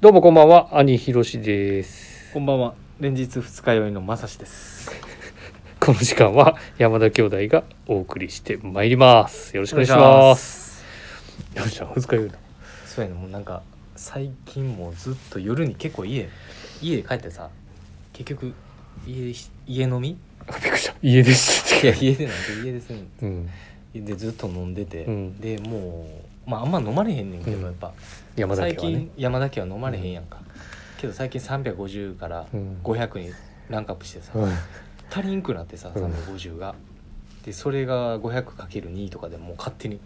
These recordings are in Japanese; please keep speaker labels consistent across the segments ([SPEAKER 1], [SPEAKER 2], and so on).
[SPEAKER 1] どうもこんばんは、兄ひろしです。
[SPEAKER 2] こんばんは。連日二日酔いのまさしです。よ
[SPEAKER 1] この時間は山田兄弟がお送りしてまいります。よろしくお願いし
[SPEAKER 2] ろ
[SPEAKER 1] ま
[SPEAKER 2] し
[SPEAKER 1] す。
[SPEAKER 2] す。
[SPEAKER 1] よっしゃ、二日酔いだ。
[SPEAKER 2] そうやね、もうなんか最近もうずっと夜に結構家家帰ってさ、結局家家飲み？
[SPEAKER 1] あびっくりした。家でし
[SPEAKER 2] い
[SPEAKER 1] た
[SPEAKER 2] や。 家でなんて家ですん。
[SPEAKER 1] うん。
[SPEAKER 2] でずっと飲んでて、
[SPEAKER 1] うん
[SPEAKER 2] でもうまああんま飲まれへんねんけど、
[SPEAKER 1] うん
[SPEAKER 2] やっぱ
[SPEAKER 1] 山田
[SPEAKER 2] 最
[SPEAKER 1] 家はね
[SPEAKER 2] 近。山田家は飲まれへんやんか。けど最近350から
[SPEAKER 1] うん
[SPEAKER 2] 500にランクアップしてさ、
[SPEAKER 1] うん
[SPEAKER 2] 足りんくなってさ
[SPEAKER 1] うん
[SPEAKER 2] 350が。でそれが 500×2 とかでもう勝手に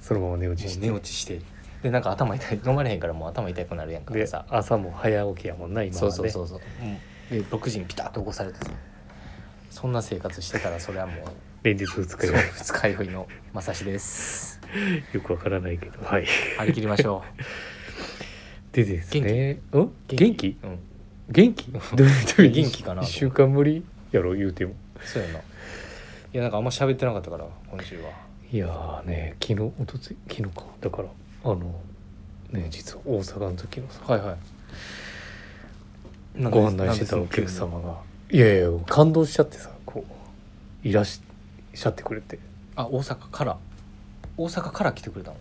[SPEAKER 1] そのまま寝落ち
[SPEAKER 2] も
[SPEAKER 1] し
[SPEAKER 2] う
[SPEAKER 1] て
[SPEAKER 2] 寝。落ちしてでなんか頭痛い飲まれへんからもう頭痛くなるやんか
[SPEAKER 1] で
[SPEAKER 2] さ、
[SPEAKER 1] 朝も早起きやもんな、今はね。
[SPEAKER 2] そうそうそうそう、うんで6時にピタッと起こされてさそんな生活してたらそれはもう
[SPEAKER 1] 連日二日酔
[SPEAKER 2] 二
[SPEAKER 1] い。
[SPEAKER 2] 日酔いのまさしです
[SPEAKER 1] よくわからないけど。はい。
[SPEAKER 2] 張り切りましょ う
[SPEAKER 1] でですね。うん元気
[SPEAKER 2] うん
[SPEAKER 1] 元気どういうどういう
[SPEAKER 2] 元気かな
[SPEAKER 1] 一週間ぶりやろ、言うても。
[SPEAKER 2] そうやないやなんかあんま喋ってなかったから今週はい
[SPEAKER 1] やーね昨日おとつい昨日かだからあのね実は大阪の時のさ
[SPEAKER 2] はいはいなんか
[SPEAKER 1] ご案内してたお客
[SPEAKER 2] なん
[SPEAKER 1] 様
[SPEAKER 2] か
[SPEAKER 1] がいやいや感動しちゃってさこういらっしゃってくれて
[SPEAKER 2] あ大阪から大阪から来てくれたの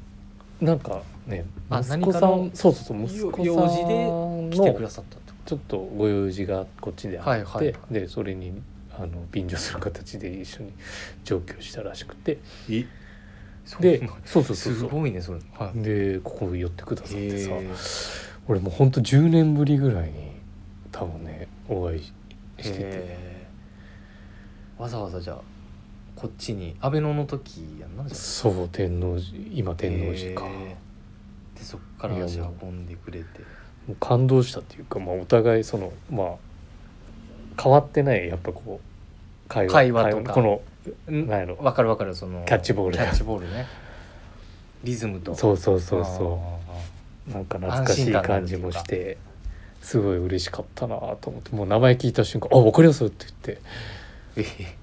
[SPEAKER 1] なんかね
[SPEAKER 2] あ
[SPEAKER 1] 息
[SPEAKER 2] 何
[SPEAKER 1] 子
[SPEAKER 2] か
[SPEAKER 1] さん
[SPEAKER 2] の
[SPEAKER 1] そうそうそう息子さん
[SPEAKER 2] 用事で来てくだ
[SPEAKER 1] の
[SPEAKER 2] さったってこ
[SPEAKER 1] ちょっとご用事がこっちであって、
[SPEAKER 2] はいはい
[SPEAKER 1] でそれにあの便乗する形で一緒に上京したらしく て
[SPEAKER 2] とえそう
[SPEAKER 1] で
[SPEAKER 2] なん
[SPEAKER 1] そうそうそう
[SPEAKER 2] す
[SPEAKER 1] そう
[SPEAKER 2] ごいねそれはい
[SPEAKER 1] でここに寄ってくださってさ
[SPEAKER 2] へー
[SPEAKER 1] 俺もうほんと10年ぶりぐらいに多分ねお会いしてて
[SPEAKER 2] へーわざわざじゃあこっちに安倍野の時やんなじゃあ
[SPEAKER 1] そう天王寺今天王寺か、
[SPEAKER 2] へーでそっから足運んでくれて
[SPEAKER 1] もう感動したっていうか、まあ、お互いそのまあ変わってないやっぱこう会
[SPEAKER 2] 会話とか
[SPEAKER 1] この
[SPEAKER 2] ん
[SPEAKER 1] なんやろ
[SPEAKER 2] わかるわかるその
[SPEAKER 1] キャッチボール
[SPEAKER 2] キャッチボールねリズムと
[SPEAKER 1] そうそうそうそ
[SPEAKER 2] あ
[SPEAKER 1] うなんか懐かしい感じもしてすごい嬉しかったなと思ってもう名前聞いた瞬間「あ分かります」って言って
[SPEAKER 2] ーえへへ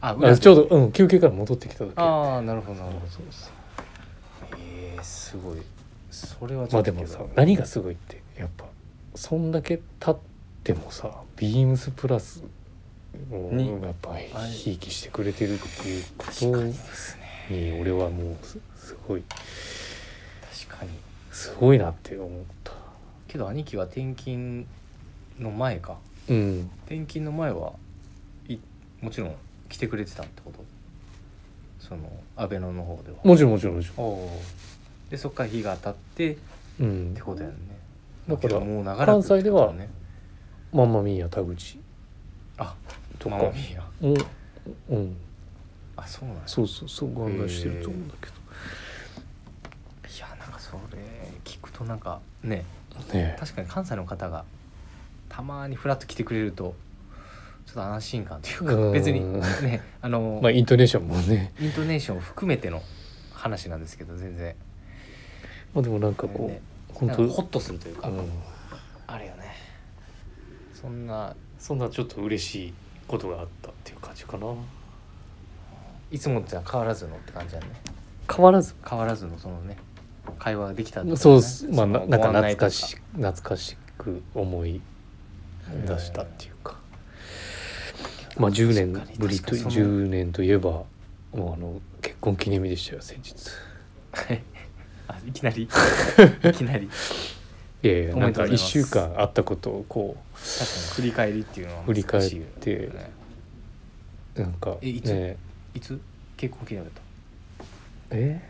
[SPEAKER 2] あ裏
[SPEAKER 1] あ
[SPEAKER 2] で
[SPEAKER 1] ちょうど、うん、休憩から戻ってきた時
[SPEAKER 2] ああなるほどな
[SPEAKER 1] そう
[SPEAKER 2] るほど
[SPEAKER 1] そうそう
[SPEAKER 2] えー、すごいそれは
[SPEAKER 1] まあでもさ何がすごいってやっぱそんだけ経ってもさビームスプラスを
[SPEAKER 2] に
[SPEAKER 1] やっぱひいきしてくれてるっていうこ
[SPEAKER 2] 確かにで
[SPEAKER 1] と
[SPEAKER 2] すね
[SPEAKER 1] に俺はもうすすごい
[SPEAKER 2] 確かに
[SPEAKER 1] すごいなって思った
[SPEAKER 2] けど兄貴は転勤の前か
[SPEAKER 1] うん
[SPEAKER 2] 転勤の前はいもちろん来てくれてたってことその安倍野の方では
[SPEAKER 1] もちろんもちろんもち
[SPEAKER 2] おうでそっから日が当たってっ
[SPEAKER 1] ろん、うん、
[SPEAKER 2] てことやんね
[SPEAKER 1] だか
[SPEAKER 2] け
[SPEAKER 1] ら
[SPEAKER 2] どもう長らくってことだね
[SPEAKER 1] マンマミーヤ田口
[SPEAKER 2] あ
[SPEAKER 1] とか
[SPEAKER 2] ママミーヤ
[SPEAKER 1] もうん
[SPEAKER 2] あそうなんや
[SPEAKER 1] そうそうそうご案内してると思うんだけ
[SPEAKER 2] いやなんかそれ聞くとなんかね
[SPEAKER 1] どねえ
[SPEAKER 2] 確かに関西の方がたまにフラッと来てくれるとちょっと安心感という
[SPEAKER 1] う
[SPEAKER 2] か
[SPEAKER 1] ん
[SPEAKER 2] 別にねあの、
[SPEAKER 1] まあイントネーションもね、
[SPEAKER 2] イントネーションを含めての話なんですけど全然
[SPEAKER 1] まあ、でもなんかこ
[SPEAKER 2] ね
[SPEAKER 1] う本
[SPEAKER 2] なんかホッ
[SPEAKER 1] 当
[SPEAKER 2] とするというか、
[SPEAKER 1] うん
[SPEAKER 2] あれよねそんな
[SPEAKER 1] そんなちょっと嬉しいことがあったっていう感じかない
[SPEAKER 2] つもとは変わらずのって感じだね
[SPEAKER 1] 変わらず
[SPEAKER 2] 変わらずのそのね会話ができたってこと
[SPEAKER 1] そう
[SPEAKER 2] ね
[SPEAKER 1] っすまあな
[SPEAKER 2] その
[SPEAKER 1] なんか
[SPEAKER 2] ご案内
[SPEAKER 1] 懐
[SPEAKER 2] と
[SPEAKER 1] かし懐かしく思い出したっていうかまあ10
[SPEAKER 2] 確
[SPEAKER 1] 年
[SPEAKER 2] かに
[SPEAKER 1] ぶりと
[SPEAKER 2] 確かにその
[SPEAKER 1] 10年といえばもうあの結婚記念日でしたよ先日
[SPEAKER 2] あいき なりいきなり確かに
[SPEAKER 1] いやいや
[SPEAKER 2] お
[SPEAKER 1] な
[SPEAKER 2] め
[SPEAKER 1] ん
[SPEAKER 2] で
[SPEAKER 1] か
[SPEAKER 2] とうございま
[SPEAKER 1] 1
[SPEAKER 2] す
[SPEAKER 1] 週間あったことをこ
[SPEAKER 2] 振り返りっていうのは
[SPEAKER 1] 振り返って
[SPEAKER 2] 難しいよね
[SPEAKER 1] うなんか
[SPEAKER 2] えいつ
[SPEAKER 1] ね
[SPEAKER 2] いつ結婚記念日だっ
[SPEAKER 1] え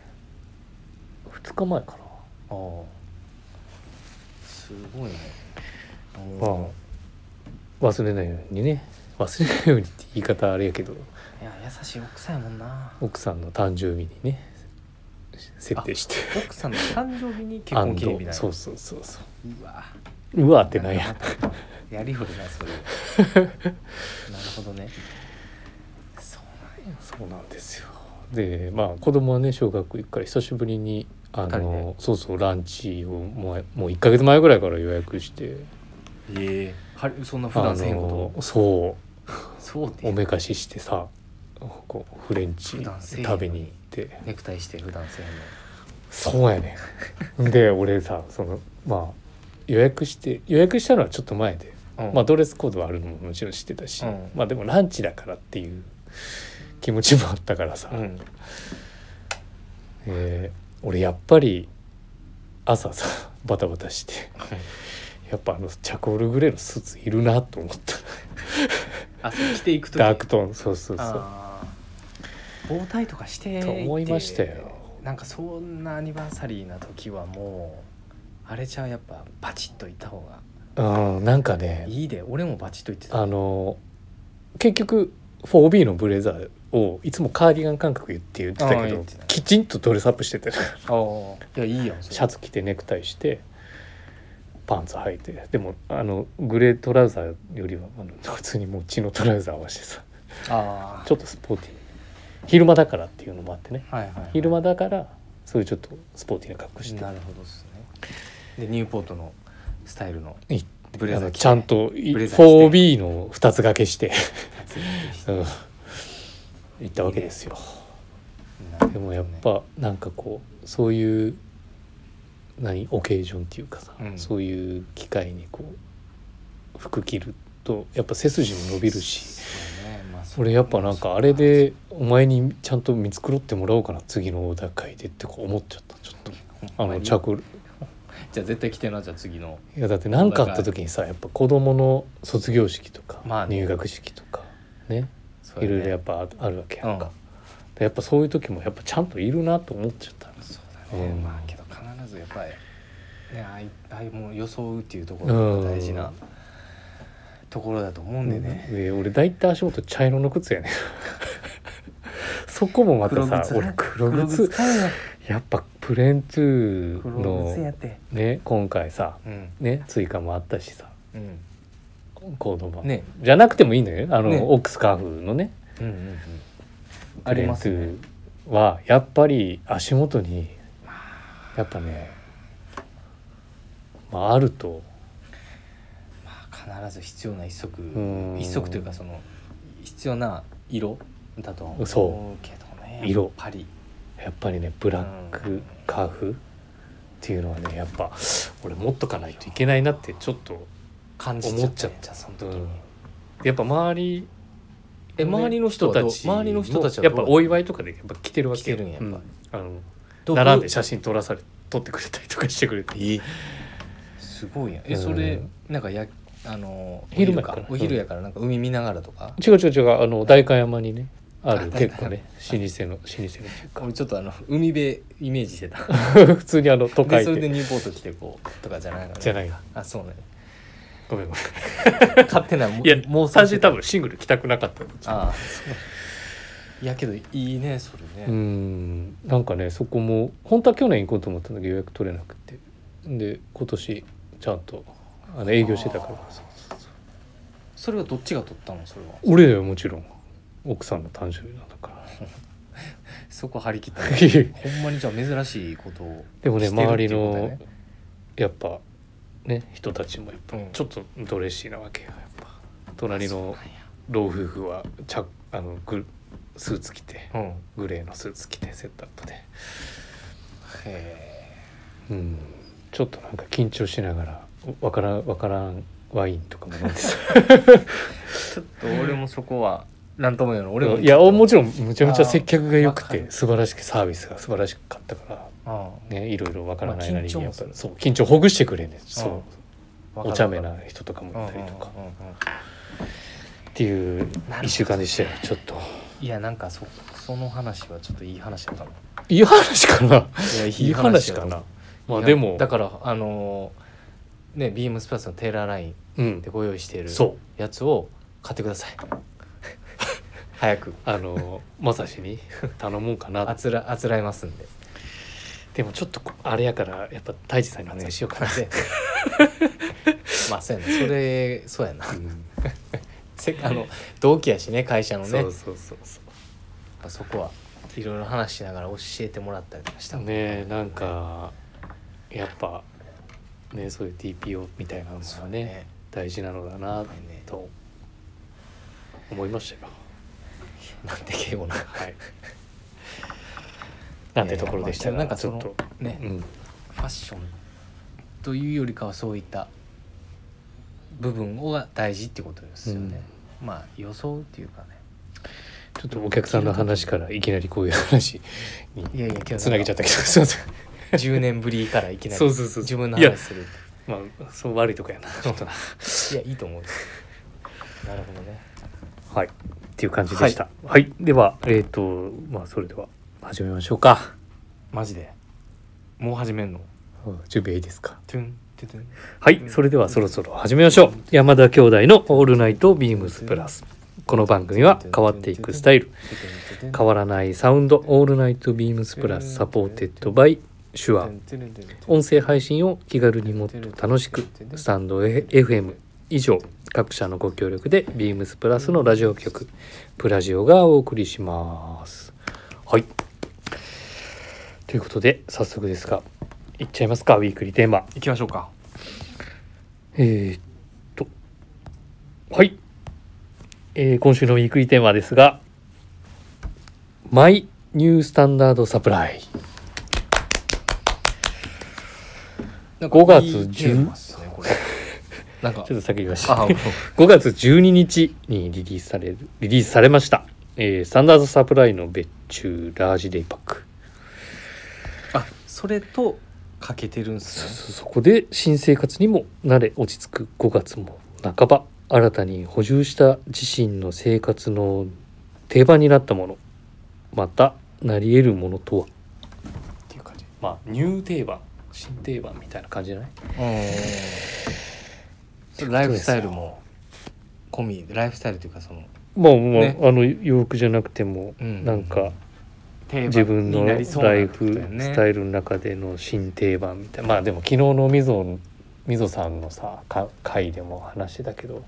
[SPEAKER 1] 2日前かな
[SPEAKER 2] たああすごいね
[SPEAKER 1] ま
[SPEAKER 2] も
[SPEAKER 1] あ忘れないようにね忘れないようにって言い方あれやけど
[SPEAKER 2] ういや優しい奥さんやもんな
[SPEAKER 1] 奥さんの誕生日にね設定して
[SPEAKER 2] 奥さんの誕生日に結婚記念日なんや
[SPEAKER 1] そうそうそうそう
[SPEAKER 2] わ
[SPEAKER 1] ううわーってなんや
[SPEAKER 2] やりふりなそれなる ほどねそうなんや
[SPEAKER 1] そうなんですよでまあ子供はね小学1から久しぶりにあ
[SPEAKER 2] 二人
[SPEAKER 1] の
[SPEAKER 2] で
[SPEAKER 1] そうそうランチをもうもう1か月前ぐらいから予約して
[SPEAKER 2] ええはりそんな普段せえへんこ
[SPEAKER 1] あのそ
[SPEAKER 2] とそう
[SPEAKER 1] うお
[SPEAKER 2] で
[SPEAKER 1] めかししてさこうフレンチ
[SPEAKER 2] 普段せえへんの
[SPEAKER 1] 食
[SPEAKER 2] に
[SPEAKER 1] べに行って
[SPEAKER 2] ネクタイして普段せえへんの
[SPEAKER 1] そうやねんで俺さそのまあ予約して予約したのはちょっと前で、
[SPEAKER 2] うん
[SPEAKER 1] まあ、ドレスコードはあるのももちろん知ってたし、
[SPEAKER 2] うん
[SPEAKER 1] まあでもランチだからっていう気持ちもあったからさ、
[SPEAKER 2] うん
[SPEAKER 1] えー俺やっぱり朝さ バタバタしてやっぱあのチャコールグレーのスーツいるなと思った
[SPEAKER 2] あそう着ていくと
[SPEAKER 1] ダークトーンそうそうそう
[SPEAKER 2] あー防体とかして
[SPEAKER 1] と思いましたよ
[SPEAKER 2] なんかそんなアニバーサリーな時はもうあれじゃあやっぱバチッといった方が
[SPEAKER 1] うんなんかね
[SPEAKER 2] いいで俺もバチッといってた
[SPEAKER 1] あの結局 4B のブレザーをいつもカーディガン感覚って言ってた
[SPEAKER 2] あー
[SPEAKER 1] け
[SPEAKER 2] 言っ
[SPEAKER 1] ど
[SPEAKER 2] てた
[SPEAKER 1] きちんとドレスアップしてた
[SPEAKER 2] いやいいやんそれ
[SPEAKER 1] シャツ着てネクタイしてパンツ履いてでもあのグレートラウザーよりはあの普通にもう血のトラウザー合わせてさ
[SPEAKER 2] あ
[SPEAKER 1] ちょっとスポーティー昼間だからっていうのもあってね
[SPEAKER 2] あはいはいはい
[SPEAKER 1] 昼間だからそういうちょっとスポーティーな格好して
[SPEAKER 2] なるほどですねでニューポートのスタイルの
[SPEAKER 1] い
[SPEAKER 2] ブレ
[SPEAKER 1] あ
[SPEAKER 2] ザー
[SPEAKER 1] の
[SPEAKER 2] 着て
[SPEAKER 1] ちゃんとい
[SPEAKER 2] ブレザー着て
[SPEAKER 1] 4B の二つ掛けして、
[SPEAKER 2] やつにして
[SPEAKER 1] うん、行ったわけですよ。
[SPEAKER 2] なるほどね
[SPEAKER 1] でもやっぱなんかこうそういう何オケージョンっていうかさ、
[SPEAKER 2] うん
[SPEAKER 1] そういう機会にこう服着るとやっぱ背筋も伸びるし
[SPEAKER 2] そうねまあそれ
[SPEAKER 1] 俺やっぱなんかあれでお前にちゃんと見繕ってもらおうかな次のお高会でってこう思っちゃったちょっとあ
[SPEAKER 2] ほんま
[SPEAKER 1] の
[SPEAKER 2] に
[SPEAKER 1] チャコル
[SPEAKER 2] じゃあ絶対着てなじゃあ次の
[SPEAKER 1] いやだって何かあった時にさやっぱ子供の卒業式とか、
[SPEAKER 2] まあね
[SPEAKER 1] 入学式とかね
[SPEAKER 2] そ
[SPEAKER 1] い
[SPEAKER 2] うやね
[SPEAKER 1] ろいろやっぱああるわけやんか、
[SPEAKER 2] うん
[SPEAKER 1] でやっぱそういう時もやっぱちゃんといるなと思っちゃった
[SPEAKER 2] そうだね、
[SPEAKER 1] うん
[SPEAKER 2] まあけど必ずやっぱりねああいああいうもの装うっていうところが大事な
[SPEAKER 1] うん
[SPEAKER 2] ところだと思うんでね、
[SPEAKER 1] で俺大体足元茶色の靴やねん そこもまたさ俺黒
[SPEAKER 2] 黒
[SPEAKER 1] 靴
[SPEAKER 2] 靴買えよ
[SPEAKER 1] やっぱプレーン2
[SPEAKER 2] 黒靴や
[SPEAKER 1] の
[SPEAKER 2] って
[SPEAKER 1] ね今回さ
[SPEAKER 2] うん
[SPEAKER 1] ね追加もあったしさ
[SPEAKER 2] うん
[SPEAKER 1] コード版、
[SPEAKER 2] ね
[SPEAKER 1] じゃなくてもいいのよあの、
[SPEAKER 2] ね
[SPEAKER 1] オックスカーフのね
[SPEAKER 2] うんうんうんあ
[SPEAKER 1] プレ
[SPEAKER 2] り
[SPEAKER 1] ーン
[SPEAKER 2] ますね
[SPEAKER 1] 2はやっぱり足元にやっぱね、まあ、あると
[SPEAKER 2] まあ必ず必要な一足
[SPEAKER 1] ん
[SPEAKER 2] 一足というかその必要な色だとは思うけどね
[SPEAKER 1] 色
[SPEAKER 2] やっぱり
[SPEAKER 1] やっぱりねブラックカーフっていうのはねやっぱ俺持っとかないといけないなってちょっと
[SPEAKER 2] 感じ
[SPEAKER 1] 思っちゃ
[SPEAKER 2] っ
[SPEAKER 1] った
[SPEAKER 2] ねじ
[SPEAKER 1] た
[SPEAKER 2] ゃあその
[SPEAKER 1] う
[SPEAKER 2] 時に、
[SPEAKER 1] んやっぱ周り
[SPEAKER 2] え周りの人はどう
[SPEAKER 1] も
[SPEAKER 2] 周りの人たちは
[SPEAKER 1] や
[SPEAKER 2] ど
[SPEAKER 1] っ
[SPEAKER 2] う
[SPEAKER 1] ぱお祝いとかでやっぱ来てるわけよ
[SPEAKER 2] 来てるんややっぱ
[SPEAKER 1] うんあの
[SPEAKER 2] どう
[SPEAKER 1] 並んで写真撮らされ撮ってくれたりとかしてくれて
[SPEAKER 2] すごいやん
[SPEAKER 1] う
[SPEAKER 2] え
[SPEAKER 1] ん
[SPEAKER 2] それなんかやあのお
[SPEAKER 1] 昼間
[SPEAKER 2] 昼
[SPEAKER 1] や
[SPEAKER 2] か
[SPEAKER 1] から
[SPEAKER 2] お昼やからなんか海見ながらとか
[SPEAKER 1] 違う違う違うあの代官山にねあ
[SPEAKER 2] あ
[SPEAKER 1] る結構ね老舗の老舗のっていうか
[SPEAKER 2] 俺ちょっとあの海辺イメージし てた
[SPEAKER 1] 普通にあの都
[SPEAKER 2] で
[SPEAKER 1] 会
[SPEAKER 2] それで
[SPEAKER 1] で
[SPEAKER 2] ニューポート来てこうとかじゃないのね
[SPEAKER 1] じゃないか
[SPEAKER 2] あそうね
[SPEAKER 1] ごめんごめん
[SPEAKER 2] 勝手なも
[SPEAKER 1] いやも
[SPEAKER 2] 妄
[SPEAKER 1] う
[SPEAKER 2] 想
[SPEAKER 1] 最
[SPEAKER 2] して
[SPEAKER 1] 初
[SPEAKER 2] た
[SPEAKER 1] 多分シングル着たくなかった
[SPEAKER 2] ああそういやけどいいねそれ
[SPEAKER 1] う
[SPEAKER 2] ね、
[SPEAKER 1] んなんかねそこも本当は去年行こうと思ったんだけど予約取れなくてで今年ちゃんとあの営業してたから
[SPEAKER 2] あーそれはどっちが取ったのそれは
[SPEAKER 1] 俺だよもちろん奥さんの誕生日なんだから
[SPEAKER 2] そこ張り 切った、
[SPEAKER 1] いえい
[SPEAKER 2] ね、ほんまにじゃあ珍しいことを
[SPEAKER 1] でもね
[SPEAKER 2] してるっ
[SPEAKER 1] 周
[SPEAKER 2] てい
[SPEAKER 1] り
[SPEAKER 2] うことだよ
[SPEAKER 1] の
[SPEAKER 2] ね
[SPEAKER 1] やっぱね人たちもやっぱ
[SPEAKER 2] うん
[SPEAKER 1] ちょっとドレッシーなわけよやっぱ隣
[SPEAKER 2] そうなん
[SPEAKER 1] の老夫婦はちゃあのグスーツ着て
[SPEAKER 2] やうんへ
[SPEAKER 1] グレーのスーツ着てセットアップで
[SPEAKER 2] え
[SPEAKER 1] うんちょっとなんか緊張しながらわからんわからんワインとかも飲んでさ
[SPEAKER 2] ちょっと俺もそこはなんとも言うの俺も
[SPEAKER 1] いやもちろんむちゃむちゃ
[SPEAKER 2] あー
[SPEAKER 1] 接客が良く
[SPEAKER 2] わか
[SPEAKER 1] て
[SPEAKER 2] る
[SPEAKER 1] 素晴らしくサービスが素晴らしかったから
[SPEAKER 2] あ
[SPEAKER 1] ねいろいろわからないなり
[SPEAKER 2] まあ緊張
[SPEAKER 1] にやっ
[SPEAKER 2] も
[SPEAKER 1] ぱ
[SPEAKER 2] する
[SPEAKER 1] りそう緊張ほぐしてくれんねん
[SPEAKER 2] う
[SPEAKER 1] そ
[SPEAKER 2] んあ
[SPEAKER 1] うお茶目な人とかもいたりとか
[SPEAKER 2] うんうんうんう
[SPEAKER 1] っ
[SPEAKER 2] ん
[SPEAKER 1] ていう
[SPEAKER 2] ほど
[SPEAKER 1] 1週間でしたよちょっと
[SPEAKER 2] いやなんかそその話はちょっといい話だったの
[SPEAKER 1] いい話かない
[SPEAKER 2] やい
[SPEAKER 1] いい話かなまあでも
[SPEAKER 2] だからあのーねビームスプラスのテーラーライン
[SPEAKER 1] うん
[SPEAKER 2] でご用意している
[SPEAKER 1] そう
[SPEAKER 2] やつを買ってください 早く
[SPEAKER 1] あのまさしに頼もうか
[SPEAKER 2] あ
[SPEAKER 1] な
[SPEAKER 2] つらあつらえますんで
[SPEAKER 1] でもちょっとこあれやからやっぱ太一さんにお願いしようかな
[SPEAKER 2] で まあそうやなそれそうやな
[SPEAKER 1] うん
[SPEAKER 2] せあの同期やしね会社のね
[SPEAKER 1] そ
[SPEAKER 2] や
[SPEAKER 1] う
[SPEAKER 2] っ
[SPEAKER 1] そうそうそう
[SPEAKER 2] ぱそこはいろいろ話しながら教えてもらったりとかしたもん
[SPEAKER 1] ねなんかやっぱねそういう TPO みたいなの
[SPEAKER 2] そ
[SPEAKER 1] が
[SPEAKER 2] う
[SPEAKER 1] ね大事なのだな
[SPEAKER 2] やっぱりね
[SPEAKER 1] と思いましたよ。
[SPEAKER 2] なんて敬語な
[SPEAKER 1] はい。なんてところでした
[SPEAKER 2] えー
[SPEAKER 1] が、
[SPEAKER 2] まあなんか
[SPEAKER 1] ち
[SPEAKER 2] そ
[SPEAKER 1] ょ
[SPEAKER 2] の
[SPEAKER 1] っと、
[SPEAKER 2] ね、
[SPEAKER 1] うん、
[SPEAKER 2] ファッションというよりかはそういった部分が大事ってことですよね、まあ予想っていうかね
[SPEAKER 1] ちょっとお客さんの話からいきなりこういう話に
[SPEAKER 2] いやいや今日
[SPEAKER 1] つなげちゃったけどすいません
[SPEAKER 2] 10年ぶりからいきなり
[SPEAKER 1] そうそうそう
[SPEAKER 2] 自分の
[SPEAKER 1] いや
[SPEAKER 2] 話するって
[SPEAKER 1] まあそう悪いとこやなちょっとない
[SPEAKER 2] やいいと思うよなるほどね
[SPEAKER 1] はいっていう感じでしたはい、ではえっ、とまあそれでは始めましょうか
[SPEAKER 2] マジでもう始めんの
[SPEAKER 1] うん準備はいいですか
[SPEAKER 2] トゥントゥトゥン
[SPEAKER 1] はい、それではそろそろ始めましょう。山田兄弟のオールナイトビームスプラス。この番組は変わっていくスタイル、変わらないサウンドオールナイトビームスプラスサポーテッドバイ手話。音声配信を気軽にもっと楽しくスタンド FM 以上各社のご協力でビームスプラスのラジオ局プラジオがお送りしますはいということで早速ですがいっちゃいますかウィークリーテーマ
[SPEAKER 2] 行きましょうか
[SPEAKER 1] えーっと、はい、えー今週のウィークリーテーマですが、マイニュースタンダードサプライ。5月10
[SPEAKER 2] いいテーマっすね これなんか
[SPEAKER 1] ちょっと先言いまし
[SPEAKER 2] あ
[SPEAKER 1] た。5月12日にリリースされる、リリースされました。えースタンダードサプライの別注ラージデイパック。
[SPEAKER 2] あそれとかけてるん
[SPEAKER 1] そ
[SPEAKER 2] すね
[SPEAKER 1] そそこで新生活にも慣れ落ち着く5月も半ば新たに補充した自身の生活の定番になったものまたなり得るものとはっていう感じまあニュー定番新定番みたいな感じじゃない
[SPEAKER 2] うんライフスタイルも込みライフスタイルというかその
[SPEAKER 1] まあまあ、
[SPEAKER 2] ね
[SPEAKER 1] あの洋服じゃなくても、
[SPEAKER 2] うん
[SPEAKER 1] なんか
[SPEAKER 2] 定
[SPEAKER 1] 自分のライフスタ
[SPEAKER 2] ル
[SPEAKER 1] イルの中での新定番みたいなまあでも昨日のみぞみぞさんのさか回でも話してたけど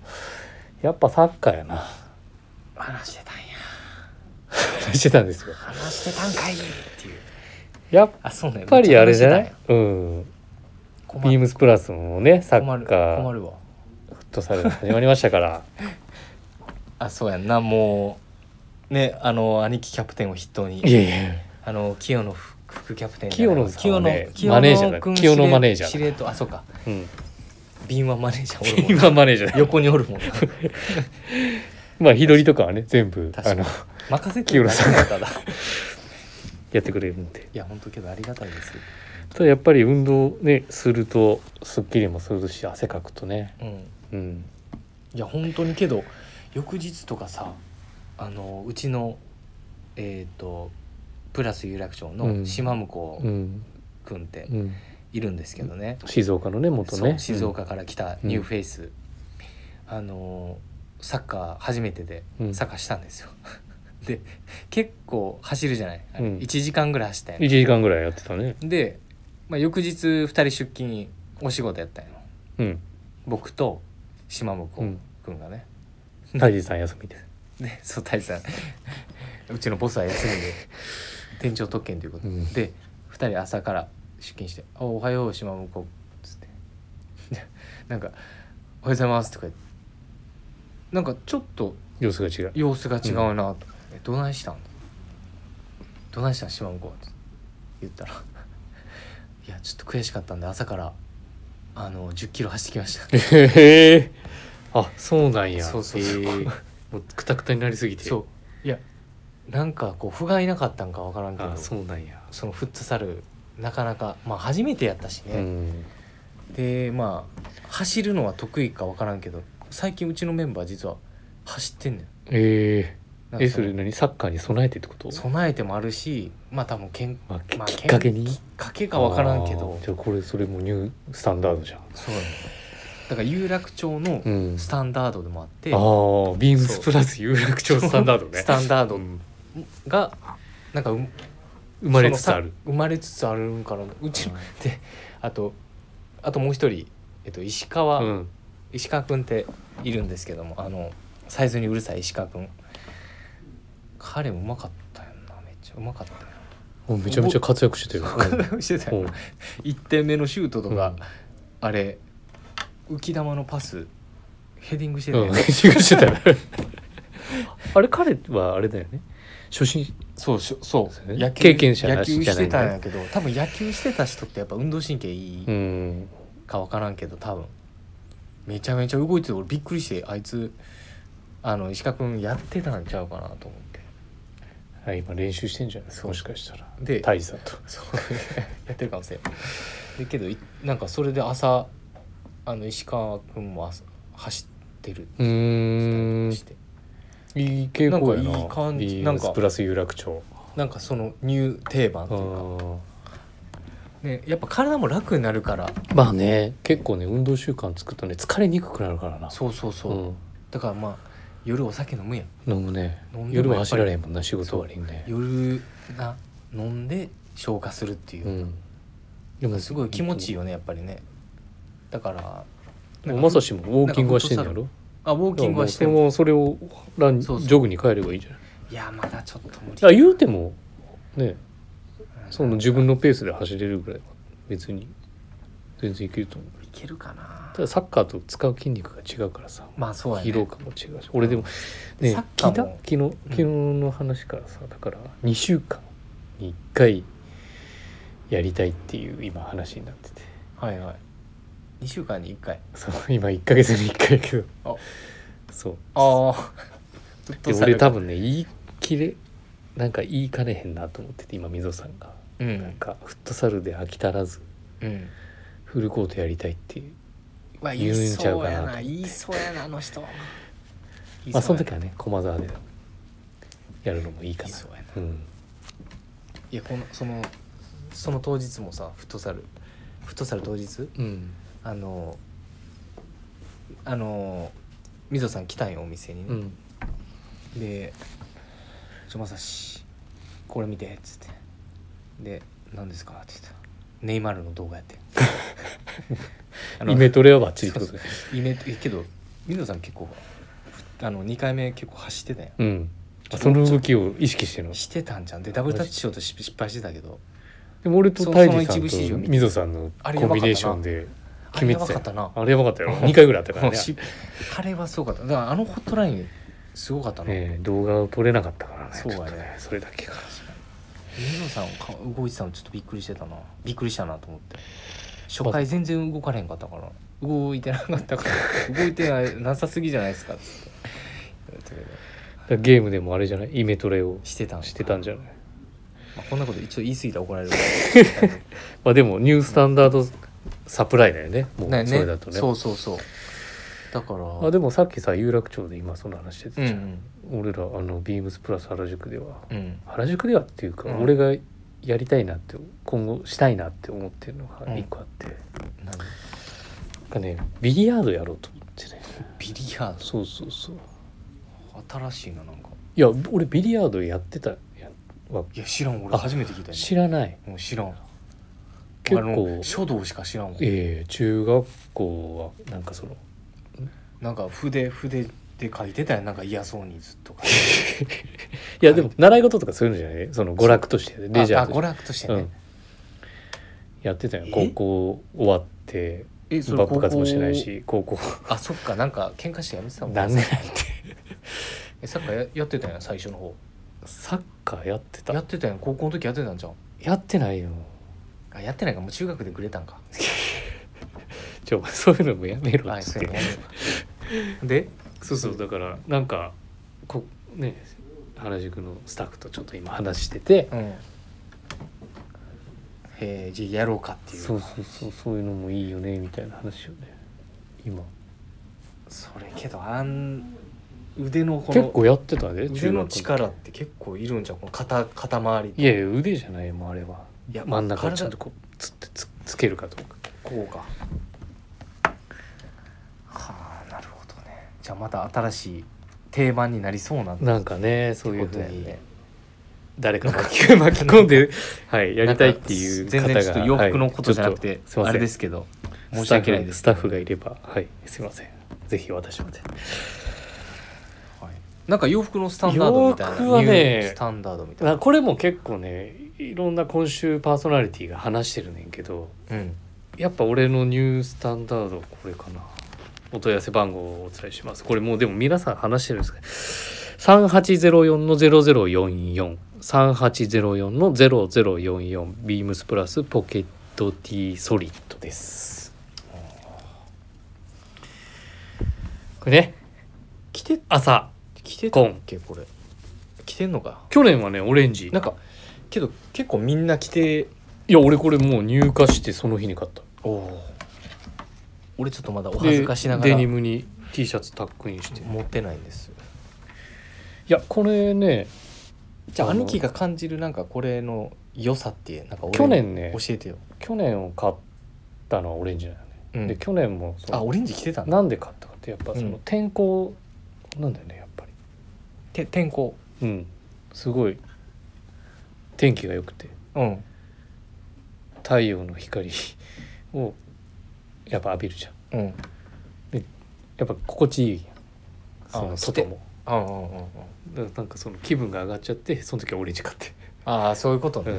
[SPEAKER 1] やっぱサッカーやな
[SPEAKER 2] 話してたんや
[SPEAKER 1] 話 してたんですよ
[SPEAKER 2] 話してたんかいっていう
[SPEAKER 1] やっ
[SPEAKER 2] あそうねや
[SPEAKER 1] ぱりあれじゃないうん
[SPEAKER 2] 困
[SPEAKER 1] ビー
[SPEAKER 2] る
[SPEAKER 1] ムスプラスもねサ
[SPEAKER 2] 困
[SPEAKER 1] ッ
[SPEAKER 2] る
[SPEAKER 1] カ
[SPEAKER 2] 困
[SPEAKER 1] ー
[SPEAKER 2] るわ
[SPEAKER 1] フットサルが始まりましたから
[SPEAKER 2] あそうやんなもうねあの兄貴キャプテンを筆頭に
[SPEAKER 1] いやいや
[SPEAKER 2] あの清野副副キャプテン
[SPEAKER 1] 清野さんはねマネージャーだ
[SPEAKER 2] 君
[SPEAKER 1] 清野マネージャーだ
[SPEAKER 2] 司令とあそう か
[SPEAKER 1] うん
[SPEAKER 2] 敏腕マネージャーおるもんな
[SPEAKER 1] 今マネージャー
[SPEAKER 2] 横におるもんな
[SPEAKER 1] まあ日取りとかはね全部
[SPEAKER 2] 確か
[SPEAKER 1] あ
[SPEAKER 2] に
[SPEAKER 1] の
[SPEAKER 2] 任せて
[SPEAKER 1] 清野さん
[SPEAKER 2] だからい
[SPEAKER 1] やってくれるんで
[SPEAKER 2] や本当けどありがたいです
[SPEAKER 1] ただやっぱり運動ねするとすっきりもするし汗かくとね
[SPEAKER 2] うん
[SPEAKER 1] うん
[SPEAKER 2] いや本当にけど翌日とかさあのうちのえっ、とプラス有楽町
[SPEAKER 1] うん
[SPEAKER 2] の島向
[SPEAKER 1] うん、
[SPEAKER 2] くんって
[SPEAKER 1] うん、
[SPEAKER 2] いるんですけどね、
[SPEAKER 1] 静岡のね元
[SPEAKER 2] そう
[SPEAKER 1] ね
[SPEAKER 2] 静岡から来たニューフェイス、あのーサッカー初めてで
[SPEAKER 1] うん
[SPEAKER 2] サッカーしたんですよ、 で結構走るじゃない、あれ
[SPEAKER 1] うん
[SPEAKER 2] 1時間ぐらい走った
[SPEAKER 1] 1
[SPEAKER 2] んや
[SPEAKER 1] 時間ぐらいやってたね
[SPEAKER 2] で、まあ、翌日2人出勤お仕事やったんよ
[SPEAKER 1] うん
[SPEAKER 2] 僕と島向こ
[SPEAKER 1] うん
[SPEAKER 2] うくんがね、
[SPEAKER 1] 泰治さん休みで
[SPEAKER 2] でそう大地さん うちのボスは休みで店長特権ということで、
[SPEAKER 1] うん
[SPEAKER 2] で2人朝から出勤して「あおはよう島向こう」っつって でなんか「おはようございます」とか言ってなんかちょっと
[SPEAKER 1] 様子が違う
[SPEAKER 2] 様子が違うなと、えどないしたん?」どないしたん島向こう」って言ったら 「いやちょっと悔しかったんで朝からあの1 0キロ走ってきました」
[SPEAKER 1] へえあそうなんや
[SPEAKER 2] そうそうそう
[SPEAKER 1] へえもうクタクタになりすぎて
[SPEAKER 2] そういやなんかこう不甲斐なかったんかわからんけど
[SPEAKER 1] あそうなんや
[SPEAKER 2] そのフットサルなかなかまあ初めてやったし
[SPEAKER 1] う
[SPEAKER 2] ね、
[SPEAKER 1] ん
[SPEAKER 2] でまあ走るのは得意か分からんけど最近うちのメンバー実は走ってんねん
[SPEAKER 1] えー、
[SPEAKER 2] なんか
[SPEAKER 1] え
[SPEAKER 2] そ
[SPEAKER 1] そ
[SPEAKER 2] の
[SPEAKER 1] れ何サッカーに備えてってこと
[SPEAKER 2] 備えてもあるしまあ多分けん、
[SPEAKER 1] まあ、き
[SPEAKER 2] まあ、
[SPEAKER 1] きっかけに
[SPEAKER 2] きっかけか分からんけど
[SPEAKER 1] あーじゃあこれそれもニュースタンダードじゃん
[SPEAKER 2] そうなのだから有楽町の
[SPEAKER 1] うん
[SPEAKER 2] スタンダードでもあって、
[SPEAKER 1] ああビームスプラス有楽町スタンダードね
[SPEAKER 2] スタンダー
[SPEAKER 1] う
[SPEAKER 2] ド
[SPEAKER 1] ん
[SPEAKER 2] がなんかう
[SPEAKER 1] 生まれつつある
[SPEAKER 2] そのさ生まれつつあるんからうちのであとあともう一人、えっと、石川、
[SPEAKER 1] うん
[SPEAKER 2] 石川君っているんですけどもあのサイズにうるさい石川君彼もうまかったよなめっちゃうまかったよ
[SPEAKER 1] もうめちゃめちゃ活躍してたよ、うん
[SPEAKER 2] なし てたよな1点目のシュートとか、
[SPEAKER 1] うん
[SPEAKER 2] あれ浮き玉のパスヘディングしてた
[SPEAKER 1] う
[SPEAKER 2] よ
[SPEAKER 1] ん、
[SPEAKER 2] ね、
[SPEAKER 1] うん、 してたよあれ彼はあれだよね初心
[SPEAKER 2] そうしょそう
[SPEAKER 1] そうね
[SPEAKER 2] 野球
[SPEAKER 1] 経験者
[SPEAKER 2] 野
[SPEAKER 1] なし
[SPEAKER 2] 球
[SPEAKER 1] じゃ
[SPEAKER 2] し
[SPEAKER 1] ない
[SPEAKER 2] て
[SPEAKER 1] ん
[SPEAKER 2] た
[SPEAKER 1] だ
[SPEAKER 2] ん
[SPEAKER 1] ね
[SPEAKER 2] やけど多分野球してた人ってやっぱ運動神経いい
[SPEAKER 1] うん
[SPEAKER 2] か分からんけど多分めちゃめちゃ動いてて俺びっくりしてあいつあの石川君やってたんちゃうかなと思って
[SPEAKER 1] あ今練習してんじゃない
[SPEAKER 2] そう
[SPEAKER 1] もしかしたら
[SPEAKER 2] で
[SPEAKER 1] 大佐と
[SPEAKER 2] そう やってるかもしれんでけどいなんかそれで朝あの石川君も朝走ってる
[SPEAKER 1] うーん
[SPEAKER 2] して
[SPEAKER 1] いい傾向やな
[SPEAKER 2] なんかいい感じ
[SPEAKER 1] ビームス
[SPEAKER 2] なんか
[SPEAKER 1] プラス有楽町
[SPEAKER 2] なんかそのニュー定番
[SPEAKER 1] あ
[SPEAKER 2] というか、
[SPEAKER 1] ー
[SPEAKER 2] ね、やっぱ体も楽になるから
[SPEAKER 1] まあね結構ね運動習慣つくとね疲れにくくなるからな
[SPEAKER 2] そうそうそう、だからまあ夜お酒飲むやん
[SPEAKER 1] うん、飲むね
[SPEAKER 2] 飲んでも
[SPEAKER 1] 夜は走られへんもんな仕事終わりにね
[SPEAKER 2] 夜な飲んで消化するっていうう、
[SPEAKER 1] んでも
[SPEAKER 2] すごい気持ちいいよねやっぱりねだから
[SPEAKER 1] もうまさしもウォーキングはしてんのやろ
[SPEAKER 2] あウォーキングはして
[SPEAKER 1] だから
[SPEAKER 2] も
[SPEAKER 1] もうそれをラン
[SPEAKER 2] そうそう
[SPEAKER 1] ジョグに変えればいいじゃない
[SPEAKER 2] いやまだちょっと無理
[SPEAKER 1] だから言うてもね
[SPEAKER 2] うん
[SPEAKER 1] その自分のペースで走れるぐらいは別に全然いけると思う
[SPEAKER 2] いけるかな
[SPEAKER 1] ただサッカーと使う筋肉が違うからさ
[SPEAKER 2] まあそうやね
[SPEAKER 1] 疲労感も違うし俺でもね
[SPEAKER 2] サッカ
[SPEAKER 1] 聞い
[SPEAKER 2] ー
[SPEAKER 1] た
[SPEAKER 2] も
[SPEAKER 1] 昨日昨日の話からさだから2週間に1回やりたいっていう今話になってて
[SPEAKER 2] はいはい2週間に1回
[SPEAKER 1] そう今1ヶ月に1回やけど
[SPEAKER 2] あ
[SPEAKER 1] そう
[SPEAKER 2] ああずっ
[SPEAKER 1] で
[SPEAKER 2] とされ
[SPEAKER 1] 俺
[SPEAKER 2] る
[SPEAKER 1] 多分ね言い切れなんか言いかねへんなと思ってて今溝さんが、
[SPEAKER 2] う
[SPEAKER 1] なん
[SPEAKER 2] ん
[SPEAKER 1] かフットサルで飽き足らず
[SPEAKER 2] うん
[SPEAKER 1] フルコートやりたいっていう
[SPEAKER 2] うわ
[SPEAKER 1] 言
[SPEAKER 2] 言
[SPEAKER 1] う
[SPEAKER 2] い
[SPEAKER 1] んちゃう
[SPEAKER 2] そ
[SPEAKER 1] かなと
[SPEAKER 2] うや
[SPEAKER 1] 思っ
[SPEAKER 2] な
[SPEAKER 1] て
[SPEAKER 2] 言いそうやなあ の人
[SPEAKER 1] まあその時
[SPEAKER 2] は
[SPEAKER 1] はね駒沢でやるのもいいかな
[SPEAKER 2] 言いそうやな
[SPEAKER 1] うん、
[SPEAKER 2] いやこのそのその当日もさフットサルフットサル当日
[SPEAKER 1] うん、
[SPEAKER 2] あのあのみぞさん来たんよお店に
[SPEAKER 1] う
[SPEAKER 2] ね、
[SPEAKER 1] ん
[SPEAKER 2] で「ちょまさしこれ見て」っつってで「何ですか?」って言ったらネイマールの動画やってあ の
[SPEAKER 1] イメトレはバッチリってこと
[SPEAKER 2] そう
[SPEAKER 1] ね
[SPEAKER 2] そうイメえけどみぞさん結構あの2回目結構走ってたやん
[SPEAKER 1] うんあその動きを意識してるの
[SPEAKER 2] してたんじゃんでダブルタッチしようとし失敗してたけど
[SPEAKER 1] でも俺と
[SPEAKER 2] そ
[SPEAKER 1] 泰治さ
[SPEAKER 2] その一部始終
[SPEAKER 1] んと
[SPEAKER 2] 見て
[SPEAKER 1] みぞさんの
[SPEAKER 2] あれ
[SPEAKER 1] コ
[SPEAKER 2] や
[SPEAKER 1] ン
[SPEAKER 2] ば
[SPEAKER 1] ビ
[SPEAKER 2] かったな
[SPEAKER 1] ネーションで
[SPEAKER 2] あ
[SPEAKER 1] 決め
[SPEAKER 2] れや
[SPEAKER 1] てた
[SPEAKER 2] ばか
[SPEAKER 1] よ
[SPEAKER 2] ったな
[SPEAKER 1] あれやばかったよ2回ぐらいあったから
[SPEAKER 2] もう
[SPEAKER 1] ね、
[SPEAKER 2] しあれはすごかっただからあのホットラインすごかったな、
[SPEAKER 1] ええ動画を撮れなかったからね
[SPEAKER 2] そうやね
[SPEAKER 1] ちょっとそれだけが
[SPEAKER 2] 水野さんか動いてたのちょっとびっくりしてたなびっくりしたなと思って初回全然動かれへんかったから動いてなかったから動いてないなさすぎじゃないですかっつって言ってたけど
[SPEAKER 1] だからゲームでもあれじゃないイメトレを
[SPEAKER 2] してたん
[SPEAKER 1] してたん
[SPEAKER 2] じ
[SPEAKER 1] じゃない
[SPEAKER 2] まあ、こんなこと一応言い過ぎたら怒られる
[SPEAKER 1] まあでもニュースタンダードサプライだよねもう
[SPEAKER 2] ね
[SPEAKER 1] それだとね
[SPEAKER 2] そうそうそうだから
[SPEAKER 1] あでもさっきさ有楽町で今その話して
[SPEAKER 2] う
[SPEAKER 1] たじゃん、
[SPEAKER 2] ん
[SPEAKER 1] 俺らあのビームスプラス原宿では
[SPEAKER 2] うんうん
[SPEAKER 1] 原宿ではっていうか、
[SPEAKER 2] うん
[SPEAKER 1] 俺がやりたいなって今後したいなって思ってるのが一個あって、
[SPEAKER 2] 何
[SPEAKER 1] なんかねビリヤードやろうと思ってね
[SPEAKER 2] ビリヤー
[SPEAKER 1] そうそうそう
[SPEAKER 2] ド新しいななんか
[SPEAKER 1] いや俺ビリヤードやってたやんわ
[SPEAKER 2] いや知らん俺
[SPEAKER 1] あ
[SPEAKER 2] 初めて聞いた
[SPEAKER 1] 知
[SPEAKER 2] ら
[SPEAKER 1] らない
[SPEAKER 2] もう知らん
[SPEAKER 1] 結
[SPEAKER 2] あ
[SPEAKER 1] 構
[SPEAKER 2] の書道しか知らんわ
[SPEAKER 1] ええ中学校はなんかその
[SPEAKER 2] なんか筆筆で書いてたやんなんか嫌そうにずっと書いて
[SPEAKER 1] いやでも習い事とかそういうのじゃないその娯楽としてレジャー
[SPEAKER 2] ああ
[SPEAKER 1] として
[SPEAKER 2] 娯楽としてね、
[SPEAKER 1] うんやってたよ
[SPEAKER 2] え
[SPEAKER 1] 高校終わって
[SPEAKER 2] え
[SPEAKER 1] バ部活もしてないし高校
[SPEAKER 2] あそっかなんか喧嘩してやめてたもん
[SPEAKER 1] 何年やって
[SPEAKER 2] えサッカーややってたんや最初の方
[SPEAKER 1] サッカーやってた
[SPEAKER 2] や
[SPEAKER 1] や
[SPEAKER 2] ってたんや高校の時やってたんじゃん
[SPEAKER 1] ってないよ
[SPEAKER 2] あやってないかもう中学でくれたんか
[SPEAKER 1] ちょ そういうのもやめろ
[SPEAKER 2] は
[SPEAKER 1] っ
[SPEAKER 2] い
[SPEAKER 1] つ
[SPEAKER 2] そ
[SPEAKER 1] っ
[SPEAKER 2] う
[SPEAKER 1] て、
[SPEAKER 2] や ねで
[SPEAKER 1] そうそうだからなんかこね原宿のスタッフとちょっと今話してて
[SPEAKER 2] うんへえじゃあやろうかっていう
[SPEAKER 1] そうそうそうそういうのもいいよねみたいな話をね今
[SPEAKER 2] それけどあん腕のこの
[SPEAKER 1] 結構やってたで
[SPEAKER 2] 腕
[SPEAKER 1] 中
[SPEAKER 2] の
[SPEAKER 1] 学校
[SPEAKER 2] 力って結構いるんじゃんこの肩肩周り
[SPEAKER 1] いやいや腕じゃないもうあれはい
[SPEAKER 2] や
[SPEAKER 1] 真ん中を
[SPEAKER 2] 体
[SPEAKER 1] ちゃんとこうつってつつけるかどうか
[SPEAKER 2] こうかはあなるほどねじゃあまた新しい定番になりそうなんだ
[SPEAKER 1] なんかねそういうふ
[SPEAKER 2] こと
[SPEAKER 1] う
[SPEAKER 2] や
[SPEAKER 1] に
[SPEAKER 2] ね
[SPEAKER 1] 誰か巻き巻き込んで、はい、やりたいっていう方が
[SPEAKER 2] なんか全然ちょっと洋服
[SPEAKER 1] は
[SPEAKER 2] の
[SPEAKER 1] い
[SPEAKER 2] ことじゃなく
[SPEAKER 1] ち
[SPEAKER 2] て
[SPEAKER 1] ょっとすいません
[SPEAKER 2] あれですけど申し訳ないです
[SPEAKER 1] スタッフスタッフがいればはいすいませんぜひ私まで
[SPEAKER 2] はいなんか洋服のスタンダードみたいな
[SPEAKER 1] 洋服はね
[SPEAKER 2] ニュースタンダードみたい
[SPEAKER 1] なこれも結構ねいろんな今週パーソナリティが話してるねんけど
[SPEAKER 2] なうん
[SPEAKER 1] やっぱ俺のニュースタンダードこれかなお問い合わせ番号をお伝えしますこれもうでも皆さん話してるんですけど3804の0044 3804の0044ビームスプラスポケット T ソリッドです
[SPEAKER 2] あー
[SPEAKER 1] これね
[SPEAKER 2] 着て
[SPEAKER 1] 朝
[SPEAKER 2] 着てた
[SPEAKER 1] コ
[SPEAKER 2] っ
[SPEAKER 1] ン
[SPEAKER 2] けこれ着てんのか
[SPEAKER 1] 去年はねオレンジ
[SPEAKER 2] なんかけど結構みんな着て
[SPEAKER 1] いや俺これもう入荷してその日に買った
[SPEAKER 2] おお俺ちょっとまだお恥ずかしなが
[SPEAKER 1] で
[SPEAKER 2] ら
[SPEAKER 1] デニムに T シャツタックインしてい
[SPEAKER 2] 持ってないんですよ
[SPEAKER 1] やこれね
[SPEAKER 2] じゃあ
[SPEAKER 1] あの
[SPEAKER 2] 兄貴が感じるなんかこれの良さってなんか俺
[SPEAKER 1] 去年ね
[SPEAKER 2] 教えてよ、
[SPEAKER 1] 去年を買ったのはオレンジなのね、
[SPEAKER 2] うん
[SPEAKER 1] で去年もそ
[SPEAKER 2] あ
[SPEAKER 1] の
[SPEAKER 2] オレンジ着てたんだ
[SPEAKER 1] なんで買ったかってやっぱそ
[SPEAKER 2] うん
[SPEAKER 1] の天候なんだよねやっぱり
[SPEAKER 2] て天候
[SPEAKER 1] うんすごい天気が良くて
[SPEAKER 2] うん
[SPEAKER 1] 太陽の光 をやっぱ浴びるじゃん
[SPEAKER 2] うん
[SPEAKER 1] やっぱ心地いいやん
[SPEAKER 2] あ
[SPEAKER 1] その外も
[SPEAKER 2] あうんうんうんうん
[SPEAKER 1] だからなんかその気分が上がっちゃってその時はオレンジ買って、
[SPEAKER 2] ああそういうことね、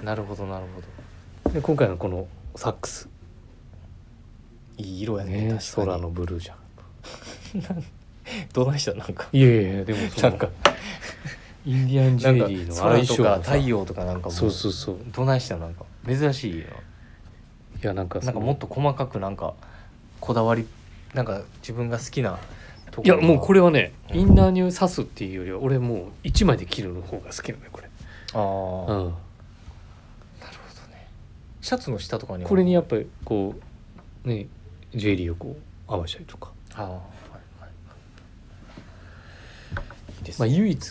[SPEAKER 1] う
[SPEAKER 2] なるほどなるほど
[SPEAKER 1] ん、で今回のこのサックス
[SPEAKER 2] いい色やね
[SPEAKER 1] ね
[SPEAKER 2] 確かに
[SPEAKER 1] 空のブルーじゃん
[SPEAKER 2] どないしたなん か
[SPEAKER 1] いやいやいやでもそ
[SPEAKER 2] な
[SPEAKER 1] の
[SPEAKER 2] んか
[SPEAKER 1] インディアンジ
[SPEAKER 2] な
[SPEAKER 1] ェ
[SPEAKER 2] ん
[SPEAKER 1] リ
[SPEAKER 2] か
[SPEAKER 1] ーの
[SPEAKER 2] 空
[SPEAKER 1] 相
[SPEAKER 2] と
[SPEAKER 1] 性
[SPEAKER 2] か
[SPEAKER 1] が
[SPEAKER 2] 太
[SPEAKER 1] さ
[SPEAKER 2] 陽とかなんかも
[SPEAKER 1] そうそうそう
[SPEAKER 2] どないしたなんか珍しいよ
[SPEAKER 1] いやなんか
[SPEAKER 2] なんかもっと細かくなんかこだわりなんか自分が好きなと
[SPEAKER 1] いやもうこ
[SPEAKER 2] れ
[SPEAKER 1] れはね、
[SPEAKER 2] うん
[SPEAKER 1] インナーに刺すっていうよりは俺もう一枚で切るの方が好きなのよこれ、
[SPEAKER 2] ああ、なるほど
[SPEAKER 1] うん、
[SPEAKER 2] ねシャツの下とかには
[SPEAKER 1] これにやっぱりこうねジュエリーをこう合わせたりとか、
[SPEAKER 2] ああはいはいいいです
[SPEAKER 1] まあ、
[SPEAKER 2] ね、
[SPEAKER 1] 唯一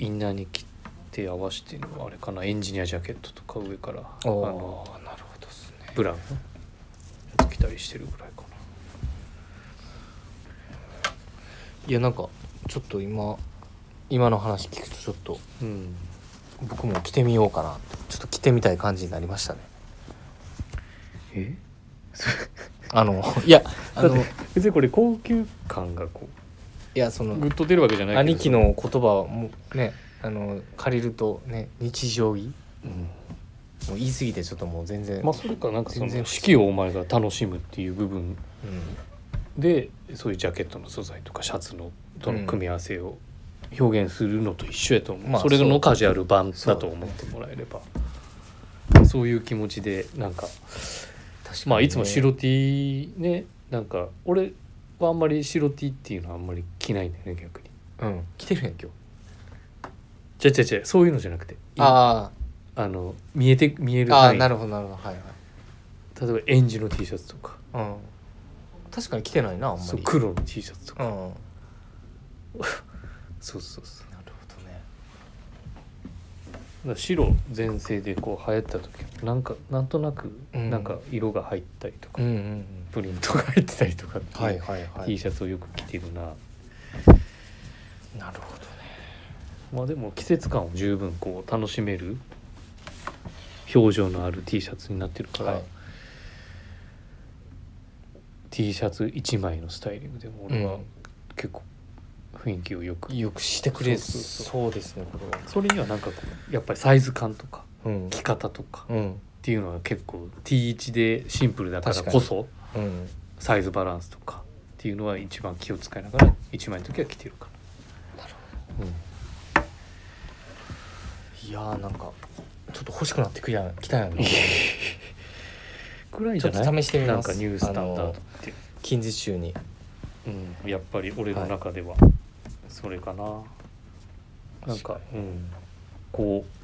[SPEAKER 1] インナーに切って合わせてるのはあれかなエンジニアジャケットとか上からあ
[SPEAKER 2] ああ
[SPEAKER 1] の
[SPEAKER 2] なるほどですね
[SPEAKER 1] ブラウンの着たりしてるぐらいか
[SPEAKER 2] いやなんかちょっと今今の話聞くとちょっと
[SPEAKER 1] なうん
[SPEAKER 2] 僕も着てみようかなってちょっと着てみたい感じになりましたね
[SPEAKER 1] え
[SPEAKER 2] あ のいやあ
[SPEAKER 1] だって
[SPEAKER 2] のい
[SPEAKER 1] 別にこれ高級感がこ
[SPEAKER 2] やそうの
[SPEAKER 1] グッと出るわけじゃないけど
[SPEAKER 2] 兄貴、の言葉をもうねあの借りるとね日常着
[SPEAKER 1] うん
[SPEAKER 2] もう言い過ぎてちょっともう全然、
[SPEAKER 1] まあそれかなんかそ
[SPEAKER 2] 全然
[SPEAKER 1] の四季をお前が楽しむっていう部分
[SPEAKER 2] うん
[SPEAKER 1] でそういうジャケットの素材とかシャツのとの組み合わせを表現するのと一緒やと思う、
[SPEAKER 2] まあ
[SPEAKER 1] それ
[SPEAKER 2] そう
[SPEAKER 1] のカジュアル版
[SPEAKER 2] そう
[SPEAKER 1] だ
[SPEAKER 2] だ
[SPEAKER 1] と
[SPEAKER 2] ね
[SPEAKER 1] 思ってもらえればそういう気持ちでなんか
[SPEAKER 2] 確かにね
[SPEAKER 1] まあいつも白 T ねなんか俺はあんまり白 T っていうのはあんまり着ないんだよね逆に。
[SPEAKER 2] うん着てるやん今日
[SPEAKER 1] じゃじゃじゃそういうのじゃなくてあ
[SPEAKER 2] あ
[SPEAKER 1] の見えて見え
[SPEAKER 2] ー
[SPEAKER 1] る
[SPEAKER 2] あ
[SPEAKER 1] 範
[SPEAKER 2] ー
[SPEAKER 1] 囲
[SPEAKER 2] なるほどなるほどはい
[SPEAKER 1] 例えばエンジの T シャツとか
[SPEAKER 2] はい、うん、確かに着てないなあんま
[SPEAKER 1] そう
[SPEAKER 2] り
[SPEAKER 1] 黒の T シャツと
[SPEAKER 2] う
[SPEAKER 1] か、
[SPEAKER 2] んなるほ
[SPEAKER 1] そうそうそう
[SPEAKER 2] どね
[SPEAKER 1] だから白全盛でこう流行った時なんかなんとなく
[SPEAKER 2] うん
[SPEAKER 1] なんか色が入ったりとか、
[SPEAKER 2] うんうんうん
[SPEAKER 1] プリントが入ってたりとかっていう
[SPEAKER 2] はいはいは
[SPEAKER 1] T
[SPEAKER 2] い
[SPEAKER 1] シャツをよく着てるな、
[SPEAKER 2] なるほどね
[SPEAKER 1] まあでも季節感を十分こう楽しめる表情のある T シャツになってるから、
[SPEAKER 2] はい
[SPEAKER 1] T シャツ1枚のスタイリングでも俺は
[SPEAKER 2] うん
[SPEAKER 1] 結構雰囲気をよく、
[SPEAKER 2] よくしてくれ
[SPEAKER 1] そうそう
[SPEAKER 2] そうですねこれは
[SPEAKER 1] それにはなんかこうやっぱりサイズ感とか
[SPEAKER 2] うん
[SPEAKER 1] 着方とかっ
[SPEAKER 2] うん
[SPEAKER 1] ていうのは結構 T1 でシンプルだからこそ。
[SPEAKER 2] うん
[SPEAKER 1] サイズバランスとかっていうのは一番気を使いながら一枚の時は着てるか
[SPEAKER 2] いやーな んかちょっと欲しくなってくやん来たやんな
[SPEAKER 1] らぐらい
[SPEAKER 2] じゃないちょっと試してみます
[SPEAKER 1] なんかニュースタンダードって、
[SPEAKER 2] 近日中に
[SPEAKER 1] うん、やっぱり俺の中ではそれかな、なんかうん、こう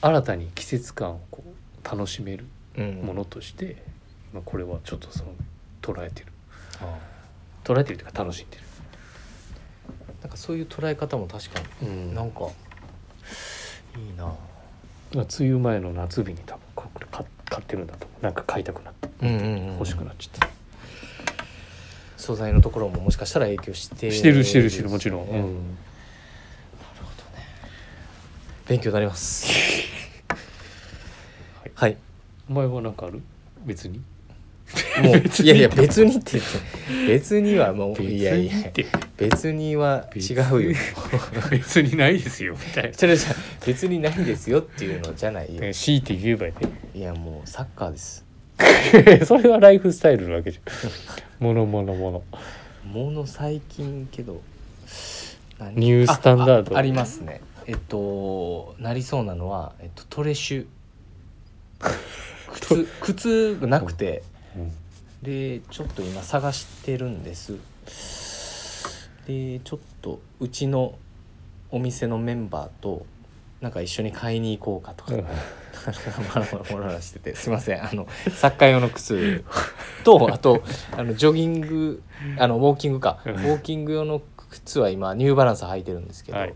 [SPEAKER 1] 新たに季節感をこう楽しめる
[SPEAKER 2] うん
[SPEAKER 1] ものとして、まあ、これはちょっとその捉えてる
[SPEAKER 2] あ
[SPEAKER 1] 捉えてるというか楽しんで
[SPEAKER 2] ーなんかそういう捉え方も確か
[SPEAKER 1] る、う
[SPEAKER 2] に
[SPEAKER 1] ん、な
[SPEAKER 2] な
[SPEAKER 1] ん
[SPEAKER 2] ん
[SPEAKER 1] か
[SPEAKER 2] かいいな
[SPEAKER 1] 梅雨前の夏日に多分これ買買ってるんだと思うなんか買いたくなって
[SPEAKER 2] うんうん、うん、
[SPEAKER 1] 欲しくなっちゃった。
[SPEAKER 2] 素材のところももしかしたら影響して
[SPEAKER 1] してるしてるしてるもちろん、
[SPEAKER 2] なるほどね勉強になりますはい、
[SPEAKER 1] お前は何かある別に
[SPEAKER 2] も ういやいや別にって言って別にはもういやいや
[SPEAKER 1] 別にって
[SPEAKER 2] 別には 違う よ
[SPEAKER 1] 別にないですよみた い
[SPEAKER 2] それじゃ別にないですよっていうのじゃないよ
[SPEAKER 1] な強いて言えば
[SPEAKER 2] いやもうサッカーです
[SPEAKER 1] ね それはライフスタイルなわけじゃ んものものもの
[SPEAKER 2] もの最近けど何
[SPEAKER 1] ニュースタンダード
[SPEAKER 2] ああありますねえっとなりそうなのは、えっ と、トレシュ靴靴がなくてでちょっと今探してるんですでちょっとうちのお店のメンバーとなんか一緒に買いに行こうかとかほらほらほらほらしててすいませんあのサッカー用の靴 とあとあのジョギングあのウォーキングかウ
[SPEAKER 1] うん
[SPEAKER 2] ォーキング用の靴は今ニューバランス履いてるんですけど、
[SPEAKER 1] はい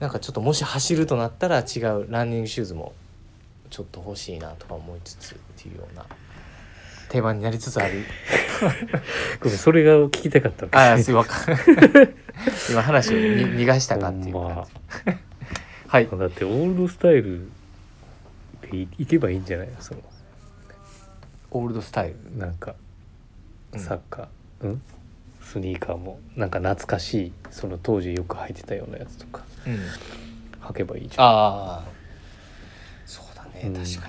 [SPEAKER 2] なんかちょっともし走るとなったら違うランニングシューズもちょっと欲しいなとか思いつつっていうような定番になりつつ ある
[SPEAKER 1] ごめんそれが聞きたかったわけ
[SPEAKER 2] ああすいません今話をに逃がしたかっていう
[SPEAKER 1] ほんま
[SPEAKER 2] 感じ、はい
[SPEAKER 1] だってオールドスタイルでいいけばいいんじゃないその
[SPEAKER 2] オールドスタイル、
[SPEAKER 1] なんか
[SPEAKER 2] うん
[SPEAKER 1] サッカー、うんスニーカーもなんか懐かしいその当時よく履いてたようなやつとか
[SPEAKER 2] うん
[SPEAKER 1] 履けばいいじゃん
[SPEAKER 2] ああそうだね、
[SPEAKER 1] うん
[SPEAKER 2] 確か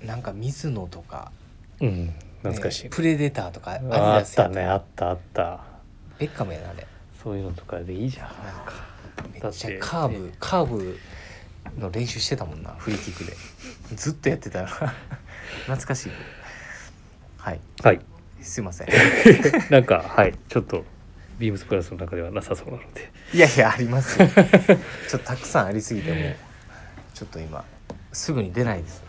[SPEAKER 2] になんか水野とか、
[SPEAKER 1] うん懐かしい、
[SPEAKER 2] ねプレデターとかアディ
[SPEAKER 1] ああ
[SPEAKER 2] ダ
[SPEAKER 1] っ
[SPEAKER 2] スや
[SPEAKER 1] たねあったあった
[SPEAKER 2] ベッカムやなあれ
[SPEAKER 1] そういうのとかでいいじゃん
[SPEAKER 2] なんかめ
[SPEAKER 1] だ
[SPEAKER 2] っ
[SPEAKER 1] っ
[SPEAKER 2] ち
[SPEAKER 1] て
[SPEAKER 2] ゃカーブカーブの練習してたもんなフリーキックでずっとやってたよな 懐かしいはい
[SPEAKER 1] はい
[SPEAKER 2] すいません
[SPEAKER 1] なんかはいちょっとビームスプラスの中ではなさそうなので
[SPEAKER 2] いやいやありますよちょっとたくさんありすぎてもうちょっと今すぐに出ないです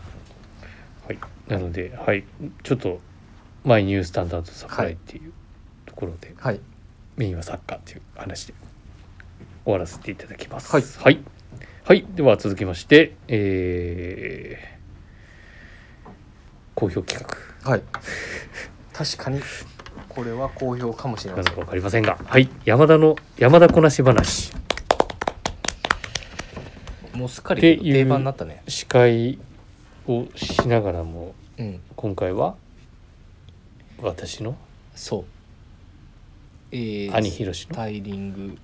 [SPEAKER 1] はい、なので、はい、ちょっとマイニュースタンダードサプライっていうところで、
[SPEAKER 2] はい
[SPEAKER 1] メインはサッカーっていう話で終わらせていただきます。
[SPEAKER 2] はい
[SPEAKER 1] はい、はいでは続きまして、えー、好評企画
[SPEAKER 2] はい確かにこれは好評かもしれ
[SPEAKER 1] な
[SPEAKER 2] ま
[SPEAKER 1] の
[SPEAKER 2] せん
[SPEAKER 1] かわかりませんが、はい、山田の山田こなし話
[SPEAKER 2] もうすっかり
[SPEAKER 1] っていう
[SPEAKER 2] 定番になったね
[SPEAKER 1] 司会をしながらも
[SPEAKER 2] うん
[SPEAKER 1] 今回は私の
[SPEAKER 2] そうえー
[SPEAKER 1] 兄ひろし
[SPEAKER 2] ス
[SPEAKER 1] の
[SPEAKER 2] タイリング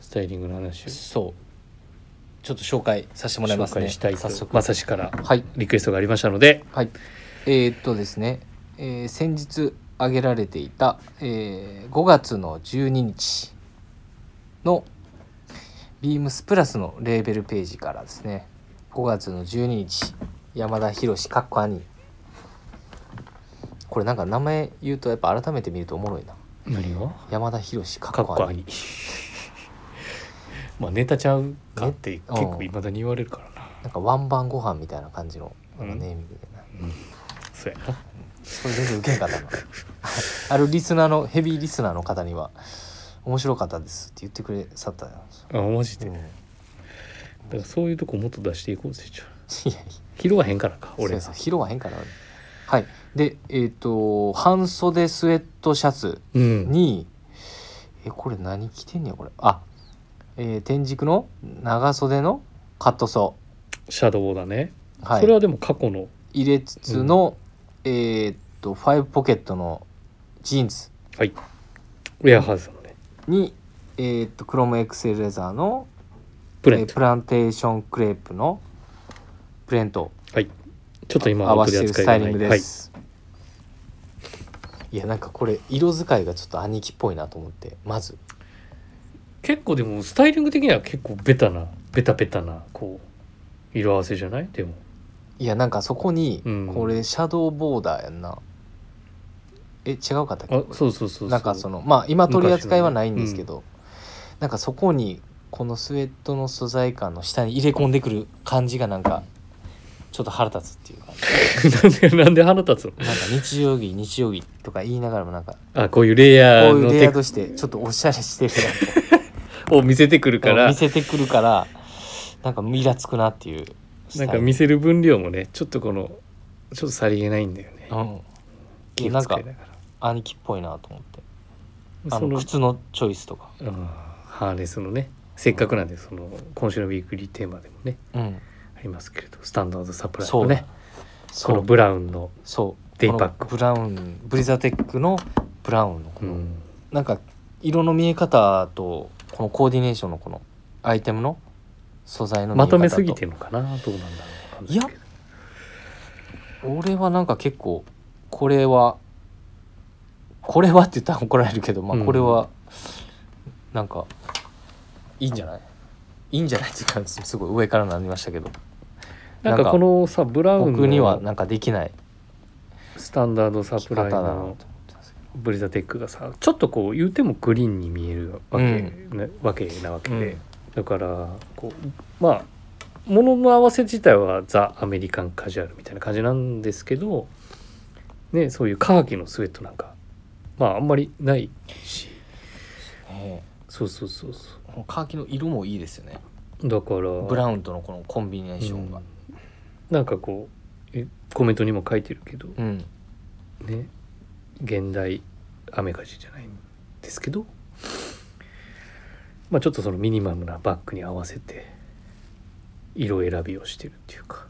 [SPEAKER 1] スタイリングの話を
[SPEAKER 2] そうちょっと紹介させてもらいま
[SPEAKER 1] 紹
[SPEAKER 2] すね
[SPEAKER 1] 介したいと
[SPEAKER 2] 早速
[SPEAKER 1] まさしから
[SPEAKER 2] はい
[SPEAKER 1] リクエストがありましたので
[SPEAKER 2] はいえー、っとですね、えー先日挙げられていた、えー5月の12日のビームスプラスのレーベルページからですね5月の12日山田博かっこ兄これなんか名前言うとやっぱ改めて見るとおもろいな
[SPEAKER 1] 何が
[SPEAKER 2] 山田博か
[SPEAKER 1] かっ
[SPEAKER 2] っこ
[SPEAKER 1] こ
[SPEAKER 2] 兄
[SPEAKER 1] 兄 まあネタちゃうかって結構
[SPEAKER 2] うん
[SPEAKER 1] いまだに言われるからな、
[SPEAKER 2] なんかワンバンご飯みたいな感じのなんか
[SPEAKER 1] うん
[SPEAKER 2] ネーミングでな、
[SPEAKER 1] そうやな
[SPEAKER 2] これ全然受けんかったな あるリスナーのヘビーリスナーの方には「面白かったです」って言ってくれさったんですよ、
[SPEAKER 1] あマジで、
[SPEAKER 2] うん、い
[SPEAKER 1] だ
[SPEAKER 2] や
[SPEAKER 1] からそういうとこもっと出していこうぜじゃあ
[SPEAKER 2] いや
[SPEAKER 1] 拾わへんからか俺
[SPEAKER 2] そうそう拾わへんから俺はいでえっ、と半袖スウェットシャツ
[SPEAKER 1] うん
[SPEAKER 2] に、えこれ何着てんねやこれあえー天竺の長袖のカットソ
[SPEAKER 1] シャドウだね、
[SPEAKER 2] ー、はい、
[SPEAKER 1] それはでも過去の
[SPEAKER 2] 入れつつの、えっ、とファイブポケットのジーンズ
[SPEAKER 1] はいウェアハウスのね
[SPEAKER 2] に、えー、とクロムエクセルレザーの
[SPEAKER 1] プレ
[SPEAKER 2] え
[SPEAKER 1] ン
[SPEAKER 2] ー
[SPEAKER 1] ト、
[SPEAKER 2] プランテーションクレープのプレント
[SPEAKER 1] はいちょっと今
[SPEAKER 2] 合わせ
[SPEAKER 1] 取
[SPEAKER 2] てる
[SPEAKER 1] り
[SPEAKER 2] スタ
[SPEAKER 1] 扱い
[SPEAKER 2] イ
[SPEAKER 1] が
[SPEAKER 2] リング
[SPEAKER 1] ない
[SPEAKER 2] です、い、やなんかこれ色使いがちょっと兄貴っぽいなと思ってまず
[SPEAKER 1] はい、結構でもスタイリング的には結構ベタなベタベタなこう色合わせじゃないでも
[SPEAKER 2] いやなんかそこに
[SPEAKER 1] うん
[SPEAKER 2] これシャドーボーダーやんな、え違うかったっけ
[SPEAKER 1] あそうそうそうそう
[SPEAKER 2] なんかそのまあ今取り扱いはないんですけど、なんかそこにこのスウェットの素材感の下に入れ込んでくる感じがなんかちょっと腹立つっていうか
[SPEAKER 1] なんでなんで腹立つの
[SPEAKER 2] なんか日曜日日曜日とか言いながらもなんか
[SPEAKER 1] あこういうレイヤー
[SPEAKER 2] こういう
[SPEAKER 1] の
[SPEAKER 2] レイ
[SPEAKER 1] テ
[SPEAKER 2] ヤーとしてちょっとおしゃれしてる
[SPEAKER 1] クを見せてくるか
[SPEAKER 2] やんを
[SPEAKER 1] ら
[SPEAKER 2] 見せてくるからなんかイラつくなっていう
[SPEAKER 1] なんか見せる分量もねちょっとこのちょっとさりげないんだよね
[SPEAKER 2] うんい
[SPEAKER 1] 気
[SPEAKER 2] やな
[SPEAKER 1] を
[SPEAKER 2] ん
[SPEAKER 1] つけ
[SPEAKER 2] か
[SPEAKER 1] なが
[SPEAKER 2] 兄貴っぽいなと思って
[SPEAKER 1] ら
[SPEAKER 2] あ
[SPEAKER 1] そ
[SPEAKER 2] の
[SPEAKER 1] の
[SPEAKER 2] 靴のチョイスとか
[SPEAKER 1] うんハーネスのねせっかくなんでその今週のウィークリーテーマでもね
[SPEAKER 2] うん
[SPEAKER 1] ありますけれどスタンダードサプライ
[SPEAKER 2] そ
[SPEAKER 1] の
[SPEAKER 2] う
[SPEAKER 1] ね
[SPEAKER 2] そ
[SPEAKER 1] この
[SPEAKER 2] う
[SPEAKER 1] ブラウンの
[SPEAKER 2] そう
[SPEAKER 1] デイパック
[SPEAKER 2] このブラウンブリザテックのブラウンのこ
[SPEAKER 1] う
[SPEAKER 2] の、
[SPEAKER 1] ん
[SPEAKER 2] なんか色の見え方とこのコーディネーションのこのアイテムの素材の見
[SPEAKER 1] ま
[SPEAKER 2] え方と
[SPEAKER 1] とめすぎてるのかなどうなんだろうわかんない
[SPEAKER 2] や
[SPEAKER 1] けど
[SPEAKER 2] 俺はなんか結構これはこれはって言ったら怒られるけど、まあ、
[SPEAKER 1] うん
[SPEAKER 2] これはなんかいいんじゃないいいんじゃないっていうかすごい上からなりましたけど
[SPEAKER 1] なんかこのさブラウン
[SPEAKER 2] 僕には
[SPEAKER 1] の
[SPEAKER 2] なんかできない
[SPEAKER 1] ススタンダードサプライ
[SPEAKER 2] だなと思
[SPEAKER 1] の
[SPEAKER 2] ってますけ
[SPEAKER 1] ブリザテックがさちょっとこう言うてもグリーンに見えるわけ,、
[SPEAKER 2] うん
[SPEAKER 1] ね、わけなわけ
[SPEAKER 2] ど、
[SPEAKER 1] で、だからこうまあものの合わせ自体はザ・アメリカンカジュアルみたいな感じなんですけど、ね、そういうカーキのスウェットなんかまああんまりないし
[SPEAKER 2] ね
[SPEAKER 1] そうそうそうそ
[SPEAKER 2] このカーキの色もいいですよね
[SPEAKER 1] うだから
[SPEAKER 2] ブラウンとのこのコンビネーションが
[SPEAKER 1] うんなんかこうえコメントにも書いてるけど、
[SPEAKER 2] うん、
[SPEAKER 1] ね現代アメカジじゃないんですけど、まあ、ちょっとそのミニマムなバッグに合わせて色選びをしてるっていうか、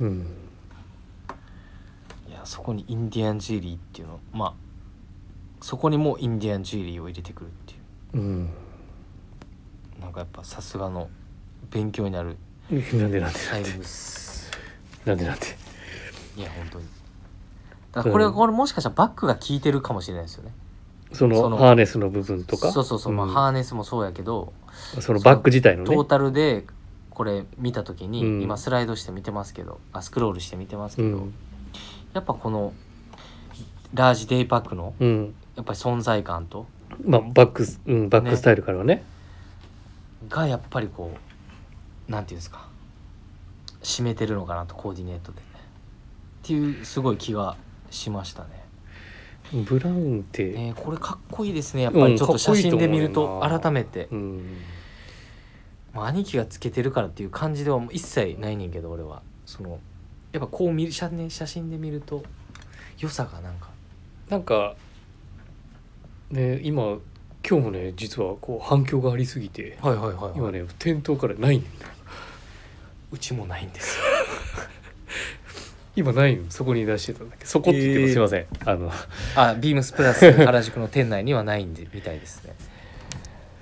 [SPEAKER 1] うん、
[SPEAKER 2] いやそこにインディアンジュエリーっていうのまあそこにもうインディアンジュエリーを入れてくるってい
[SPEAKER 1] うん、
[SPEAKER 2] うなんかやっぱさすがの勉強になる
[SPEAKER 1] なんでなんでなんで
[SPEAKER 2] スタイリングっす
[SPEAKER 1] なんでなんで
[SPEAKER 2] いや本当にだからこれ,、
[SPEAKER 1] うん
[SPEAKER 2] これもしかしたらバックが効いてるかもしれないですよね
[SPEAKER 1] その
[SPEAKER 2] その
[SPEAKER 1] ハーネスの部分とか
[SPEAKER 2] そうそうそう、まあ、
[SPEAKER 1] ん
[SPEAKER 2] ハーネスもそうやけど
[SPEAKER 1] そのバッグ自体の
[SPEAKER 2] ト
[SPEAKER 1] ね
[SPEAKER 2] ータルでこれ見た時に、
[SPEAKER 1] うん
[SPEAKER 2] 今スライドして見てますけどあスクロールして見てます
[SPEAKER 1] う
[SPEAKER 2] けど、
[SPEAKER 1] ん、
[SPEAKER 2] やっぱこのラージデイバックの
[SPEAKER 1] うん
[SPEAKER 2] やっぱり存在感と
[SPEAKER 1] まあ、バックス、うん、バックスタイルからはね
[SPEAKER 2] がやっぱりこうなんていうんですか締めてるのかなとコーディネートでっていうすごい気がしましたね
[SPEAKER 1] ブラウンって、
[SPEAKER 2] ねこれかっこいいですねやっぱ
[SPEAKER 1] うん
[SPEAKER 2] りちょっと写真で見る
[SPEAKER 1] かっ
[SPEAKER 2] と
[SPEAKER 1] こいいと思うな
[SPEAKER 2] 改めて、
[SPEAKER 1] うん、
[SPEAKER 2] まあ、兄貴がつけてるからっていう感じではもう一切ないねんけど俺はそのやっぱこう見る写,、ね、写真で見ると良さがなんか
[SPEAKER 1] なんかね今今日もね実はこう反響がありすぎて
[SPEAKER 2] はいはいはい、
[SPEAKER 1] 今ね店頭からないんだよ
[SPEAKER 2] うちもないんです
[SPEAKER 1] 今ないよそこに出してたんだけどそこって言っても
[SPEAKER 2] えー
[SPEAKER 1] すいません、あの
[SPEAKER 2] あビームスプラス原宿の店内にはないんでみたいですね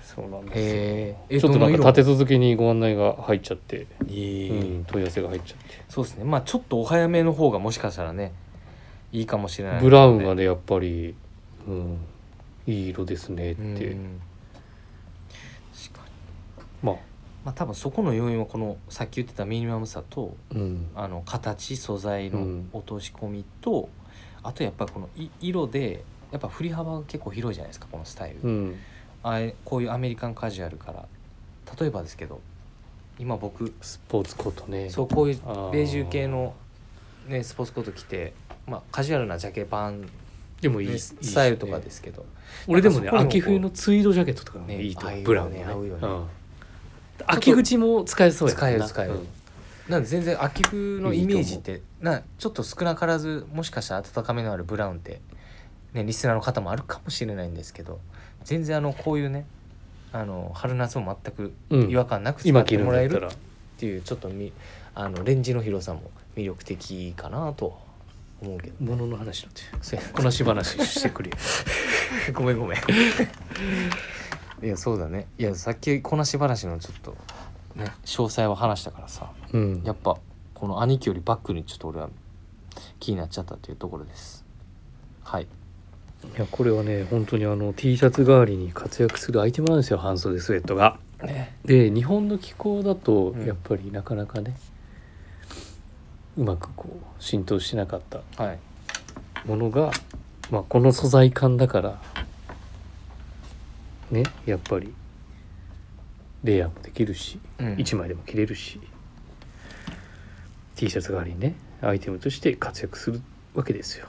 [SPEAKER 1] そうなんですよ
[SPEAKER 2] へえ
[SPEAKER 1] ちょっとなんか
[SPEAKER 2] どの
[SPEAKER 1] 立て
[SPEAKER 2] 色
[SPEAKER 1] 続けにご案内が入っちゃって、
[SPEAKER 2] いい
[SPEAKER 1] うん、問い合わせが入っちゃって、
[SPEAKER 2] そうですねまあちょっとお早めの方がもしかしたらねいいかもしれないので
[SPEAKER 1] ブラウンがねやっぱり、うん、いい色ですねっ
[SPEAKER 2] うん
[SPEAKER 1] て、
[SPEAKER 2] 確かに
[SPEAKER 1] まあ
[SPEAKER 2] まあ多分そこの要因はこのさっき言ってたミニマムさと
[SPEAKER 1] うん
[SPEAKER 2] あの形素材
[SPEAKER 1] う
[SPEAKER 2] の
[SPEAKER 1] ん
[SPEAKER 2] 落とし込みと、あとやっぱりこのい色でやっぱ振り幅が結構広いじゃないですかこのスタイル、
[SPEAKER 1] うん
[SPEAKER 2] あえこういうアメリカンカジュアルから例えばですけど今僕
[SPEAKER 1] スポーツコートね
[SPEAKER 2] そうこういう
[SPEAKER 1] あー
[SPEAKER 2] ベージュ系の、ね、スポーツコート着て、まあ、カジュアルなジャケパン
[SPEAKER 1] でもいいいいしね
[SPEAKER 2] スタイルとかですけど
[SPEAKER 1] 俺でもね
[SPEAKER 2] なんかそこにもこう
[SPEAKER 1] 秋冬のツイードジャケットとかね
[SPEAKER 2] ね
[SPEAKER 1] いいと
[SPEAKER 2] ああ
[SPEAKER 1] 思
[SPEAKER 2] いうう
[SPEAKER 1] ブラウンのね
[SPEAKER 2] ね合うよね
[SPEAKER 1] ん秋口も使えそうやな
[SPEAKER 2] 使える使えるなんで全然秋冬のイメージってなちょっと少なからずもしかしたら温かみのあるブラウンって、ね、リスナーの方もあるかもしれないんですけど全然あのこういうねあの春夏も全く
[SPEAKER 1] うん
[SPEAKER 2] 違和感なく使
[SPEAKER 1] 今
[SPEAKER 2] っ
[SPEAKER 1] 着
[SPEAKER 2] て
[SPEAKER 1] るん
[SPEAKER 2] も
[SPEAKER 1] だ
[SPEAKER 2] ら
[SPEAKER 1] っ
[SPEAKER 2] え
[SPEAKER 1] た
[SPEAKER 2] る
[SPEAKER 1] ら
[SPEAKER 2] っていうちょっとみあのレンジの広さも魅力的かなとは思うけど
[SPEAKER 1] 物の話にな って
[SPEAKER 2] そうや
[SPEAKER 1] このし話してくれよ
[SPEAKER 2] ごめんごめんいやそうだねいやさっきこなし話のちょっとね詳細を話したからさ
[SPEAKER 1] うん
[SPEAKER 2] やっぱこの兄貴よりバックにちょっと俺は気になっちゃったというところですはい
[SPEAKER 1] いやこれはね本当にあの T シャツ代わりに活躍するアイテムなんですよ半袖スウェットが
[SPEAKER 2] ね
[SPEAKER 1] で日本の気候だと
[SPEAKER 2] うん
[SPEAKER 1] やっぱりなかなかね、うまくこう浸透しなかった
[SPEAKER 2] はい
[SPEAKER 1] ものが、まあ、この素材感だからねやっぱりレイヤーもできるし、
[SPEAKER 2] うん
[SPEAKER 1] 1枚でも着れるし T シャツ代わりにねアイテムとして活躍するわけですよ。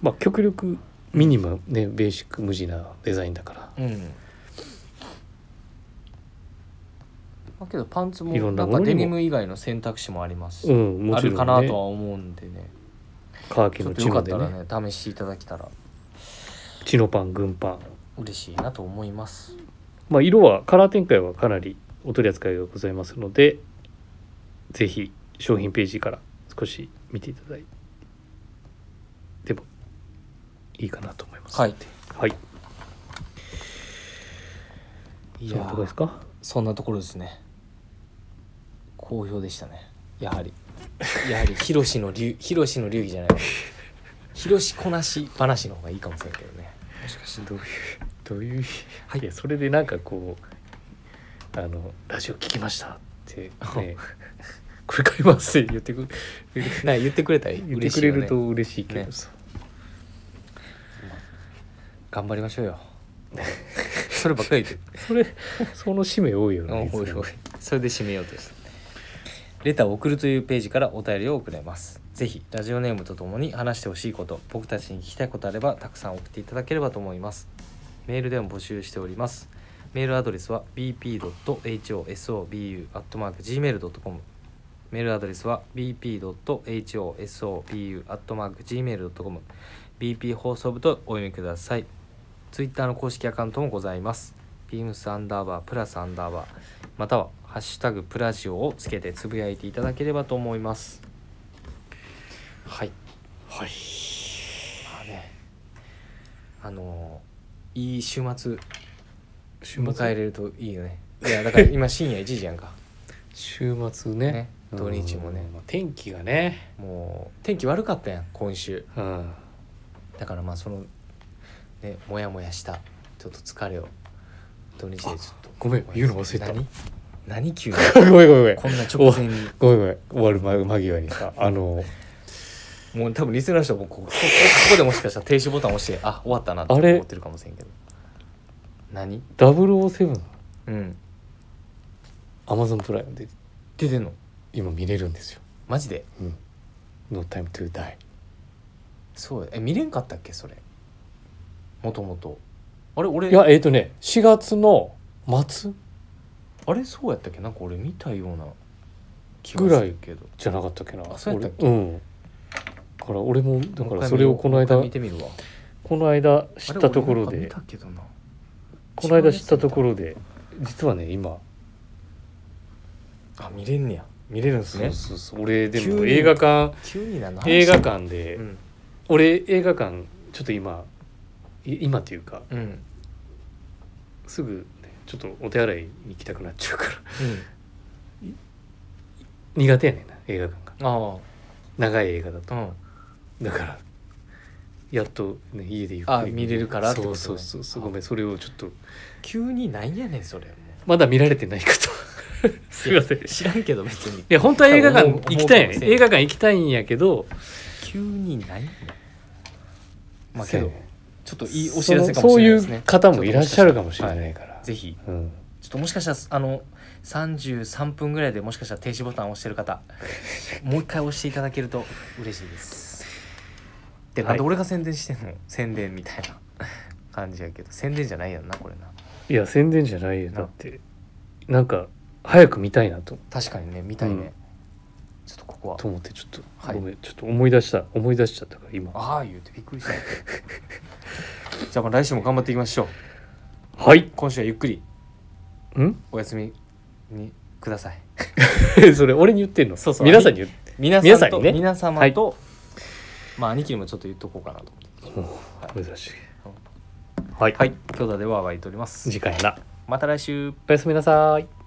[SPEAKER 1] まあ極力ミニマムねベーシック無地なデザインだから
[SPEAKER 2] うんだけどパンツも
[SPEAKER 1] いろん
[SPEAKER 2] な
[SPEAKER 1] なもの
[SPEAKER 2] んか
[SPEAKER 1] にも
[SPEAKER 2] デニム以外の選択肢もありますし、
[SPEAKER 1] うんも
[SPEAKER 2] あ
[SPEAKER 1] ち
[SPEAKER 2] る
[SPEAKER 1] ろ
[SPEAKER 2] か
[SPEAKER 1] ん
[SPEAKER 2] な
[SPEAKER 1] ね
[SPEAKER 2] とは思うんでね
[SPEAKER 1] カーキ
[SPEAKER 2] ちょ
[SPEAKER 1] の
[SPEAKER 2] っと
[SPEAKER 1] チ
[SPEAKER 2] よか
[SPEAKER 1] ノ
[SPEAKER 2] っ
[SPEAKER 1] で
[SPEAKER 2] たら
[SPEAKER 1] ね
[SPEAKER 2] ね試していただけたら
[SPEAKER 1] チノパン軍パン
[SPEAKER 2] 嬉しいなと思います
[SPEAKER 1] まあ、色はカラー展開はかなりお取り扱いがございますのでぜひ商品ページから少し見ていただいてもいいかなと思います。
[SPEAKER 2] はい
[SPEAKER 1] はい、
[SPEAKER 2] い
[SPEAKER 1] そんなとこですか
[SPEAKER 2] そんなところですね好評でしたねやはりやはりヒロシの流 ヒロシの流儀じゃないヒロシこなし話の方がいいかもしれんけどねもしかしてどういう
[SPEAKER 1] どういう、
[SPEAKER 2] はい
[SPEAKER 1] いやそれ でなんかこうあの「ラジオ聞きました」って、ね、
[SPEAKER 2] これ買いますって言ってくれな言ってくれたら
[SPEAKER 1] 言って
[SPEAKER 2] 嬉し
[SPEAKER 1] く
[SPEAKER 2] い
[SPEAKER 1] れ
[SPEAKER 2] よ、ね、
[SPEAKER 1] ると嬉しいけどさ、
[SPEAKER 2] 頑張りましょうよそればっかり言って
[SPEAKER 1] それその使命多いよ
[SPEAKER 2] お
[SPEAKER 1] ね
[SPEAKER 2] い
[SPEAKER 1] いつも
[SPEAKER 2] おいおいそれで締めようとしてレターを送るというページからお便りを送れますぜひラジオネームとともに話してほしいこと僕たちに聞きたいことあればたくさん送っていただければと思いますメールでも募集しておりますメールアドレスは bp.hosobu.gmail.com メールアドレスは bp.hosobu.gmail.com bp 放送部とお読みくださいツイッターの公式アカウントもございます。ビームスアンダーバープラスアンダーバーまたはハッシュタグプラジオをつけてつぶやいていただければと思います。はい。
[SPEAKER 1] はい
[SPEAKER 2] まあね、あのーいい週末
[SPEAKER 1] 週
[SPEAKER 2] 迎え
[SPEAKER 1] 末
[SPEAKER 2] れるといいよね。いやだから今深夜1時やんか。
[SPEAKER 1] 週末ね
[SPEAKER 2] ね土日もね
[SPEAKER 1] うんまあ天気がね
[SPEAKER 2] もう天気悪かったやん今週。
[SPEAKER 1] うん
[SPEAKER 2] だからまあそのねもやもやしたちょっと疲れを土日でちょっと
[SPEAKER 1] ごめん言うの忘れた
[SPEAKER 2] 何何急に。
[SPEAKER 1] ごめんごめんごめん
[SPEAKER 2] こんな直前に
[SPEAKER 1] ごめんごめん終わる間間際にさあの
[SPEAKER 2] もう多分リスナーの人はもうここここここでもしかしたら停止ボタン押してあ終わったなって
[SPEAKER 1] あれ
[SPEAKER 2] 思ってるかもしれんけど何
[SPEAKER 1] 007
[SPEAKER 2] うん
[SPEAKER 1] アマゾンプライムで
[SPEAKER 2] 出てんの
[SPEAKER 1] 今見れるんですよ
[SPEAKER 2] マジで
[SPEAKER 1] 「うん、No Time to Die
[SPEAKER 2] そうやえ見れんかったっけそれもともとあれ」俺
[SPEAKER 1] いやえっ、とね4月の末
[SPEAKER 2] あれそうやったっけなんか俺見たような気
[SPEAKER 1] ぐ
[SPEAKER 2] が
[SPEAKER 1] ら
[SPEAKER 2] す
[SPEAKER 1] い
[SPEAKER 2] るけど
[SPEAKER 1] じゃなかったっけな
[SPEAKER 2] あそうやったっけ
[SPEAKER 1] 俺うんだから俺もだか
[SPEAKER 2] もう一回見よ
[SPEAKER 1] ら
[SPEAKER 2] う
[SPEAKER 1] それをこの間
[SPEAKER 2] もう一回見てみるわ
[SPEAKER 1] この間知ったところ
[SPEAKER 2] あれ俺
[SPEAKER 1] で
[SPEAKER 2] なんか見たけどな
[SPEAKER 1] この間知ったところで実はね今
[SPEAKER 2] あ見れんねや見れるんす
[SPEAKER 1] そう
[SPEAKER 2] ね
[SPEAKER 1] そうそう俺で
[SPEAKER 2] 急
[SPEAKER 1] も
[SPEAKER 2] に
[SPEAKER 1] 映画館
[SPEAKER 2] 急になの
[SPEAKER 1] 映画館で、
[SPEAKER 2] うん
[SPEAKER 1] 俺映画館ちょっと今い今っていうか
[SPEAKER 2] うんうん
[SPEAKER 1] すぐね、ちょっとお手洗いに行きたくなっちゃうから 苦手やねんな映画館が
[SPEAKER 2] あ
[SPEAKER 1] 長い映画だ
[SPEAKER 2] あ
[SPEAKER 1] と
[SPEAKER 2] うん
[SPEAKER 1] だからやっと、ね、家でゆっ
[SPEAKER 2] あ
[SPEAKER 1] くり
[SPEAKER 2] 見れるからって
[SPEAKER 1] そ
[SPEAKER 2] こと
[SPEAKER 1] う
[SPEAKER 2] ね
[SPEAKER 1] そうそうそうごめんそれをちょっと
[SPEAKER 2] 急になんやねんそれもう
[SPEAKER 1] まだ見られてないかと すいませんい
[SPEAKER 2] 知らんけど別に
[SPEAKER 1] や本当は映画館
[SPEAKER 2] 多分思う
[SPEAKER 1] 行きたいんや
[SPEAKER 2] 思うかもし
[SPEAKER 1] ね
[SPEAKER 2] れん
[SPEAKER 1] 映画館行きたいんやけど
[SPEAKER 2] 急にないねまあ
[SPEAKER 1] せ
[SPEAKER 2] け
[SPEAKER 1] や
[SPEAKER 2] ど
[SPEAKER 1] ね
[SPEAKER 2] ちょっといいお
[SPEAKER 1] そ
[SPEAKER 2] 知
[SPEAKER 1] の
[SPEAKER 2] らせかもしれないです
[SPEAKER 1] そうい
[SPEAKER 2] ね
[SPEAKER 1] う方もいらっしゃるかもしれ
[SPEAKER 2] は
[SPEAKER 1] ないから
[SPEAKER 2] ぜひ
[SPEAKER 1] うん
[SPEAKER 2] ちょっともしかしたらあの33分ぐらいでもしかしたら停止ボタンを押して る方もう一回押していただけると嬉しいですで
[SPEAKER 1] はい
[SPEAKER 2] なんで俺が宣伝してんの、宣伝みたいな感じやけど宣伝じゃないやんなこれない
[SPEAKER 1] や宣伝じゃないよ
[SPEAKER 2] な
[SPEAKER 1] だってなんか早く見たいなと
[SPEAKER 2] 確かにね見たいね、
[SPEAKER 1] うん
[SPEAKER 2] ちょっとここは
[SPEAKER 1] と思ってちょっと、
[SPEAKER 2] はい
[SPEAKER 1] ごめんちょっと思い出した思い出しちゃったから今
[SPEAKER 2] ああ言うてびっくりしたじゃあまあ来週も頑張っていきましょう
[SPEAKER 1] はい
[SPEAKER 2] 今週はゆっくり
[SPEAKER 1] ん
[SPEAKER 2] お休みにください
[SPEAKER 1] それ俺に言ってんの
[SPEAKER 2] そうそう
[SPEAKER 1] 皆さんに言っ
[SPEAKER 2] 皆
[SPEAKER 1] 皆さ
[SPEAKER 2] さ
[SPEAKER 1] ん
[SPEAKER 2] んと
[SPEAKER 1] にね
[SPEAKER 2] 皆様と、まあ兄貴にもちょっと言っとこうかなと思って
[SPEAKER 1] てんの目指しはい、
[SPEAKER 2] はい兄弟ではワイとおります
[SPEAKER 1] 次回な
[SPEAKER 2] また来週
[SPEAKER 1] おやすみなさい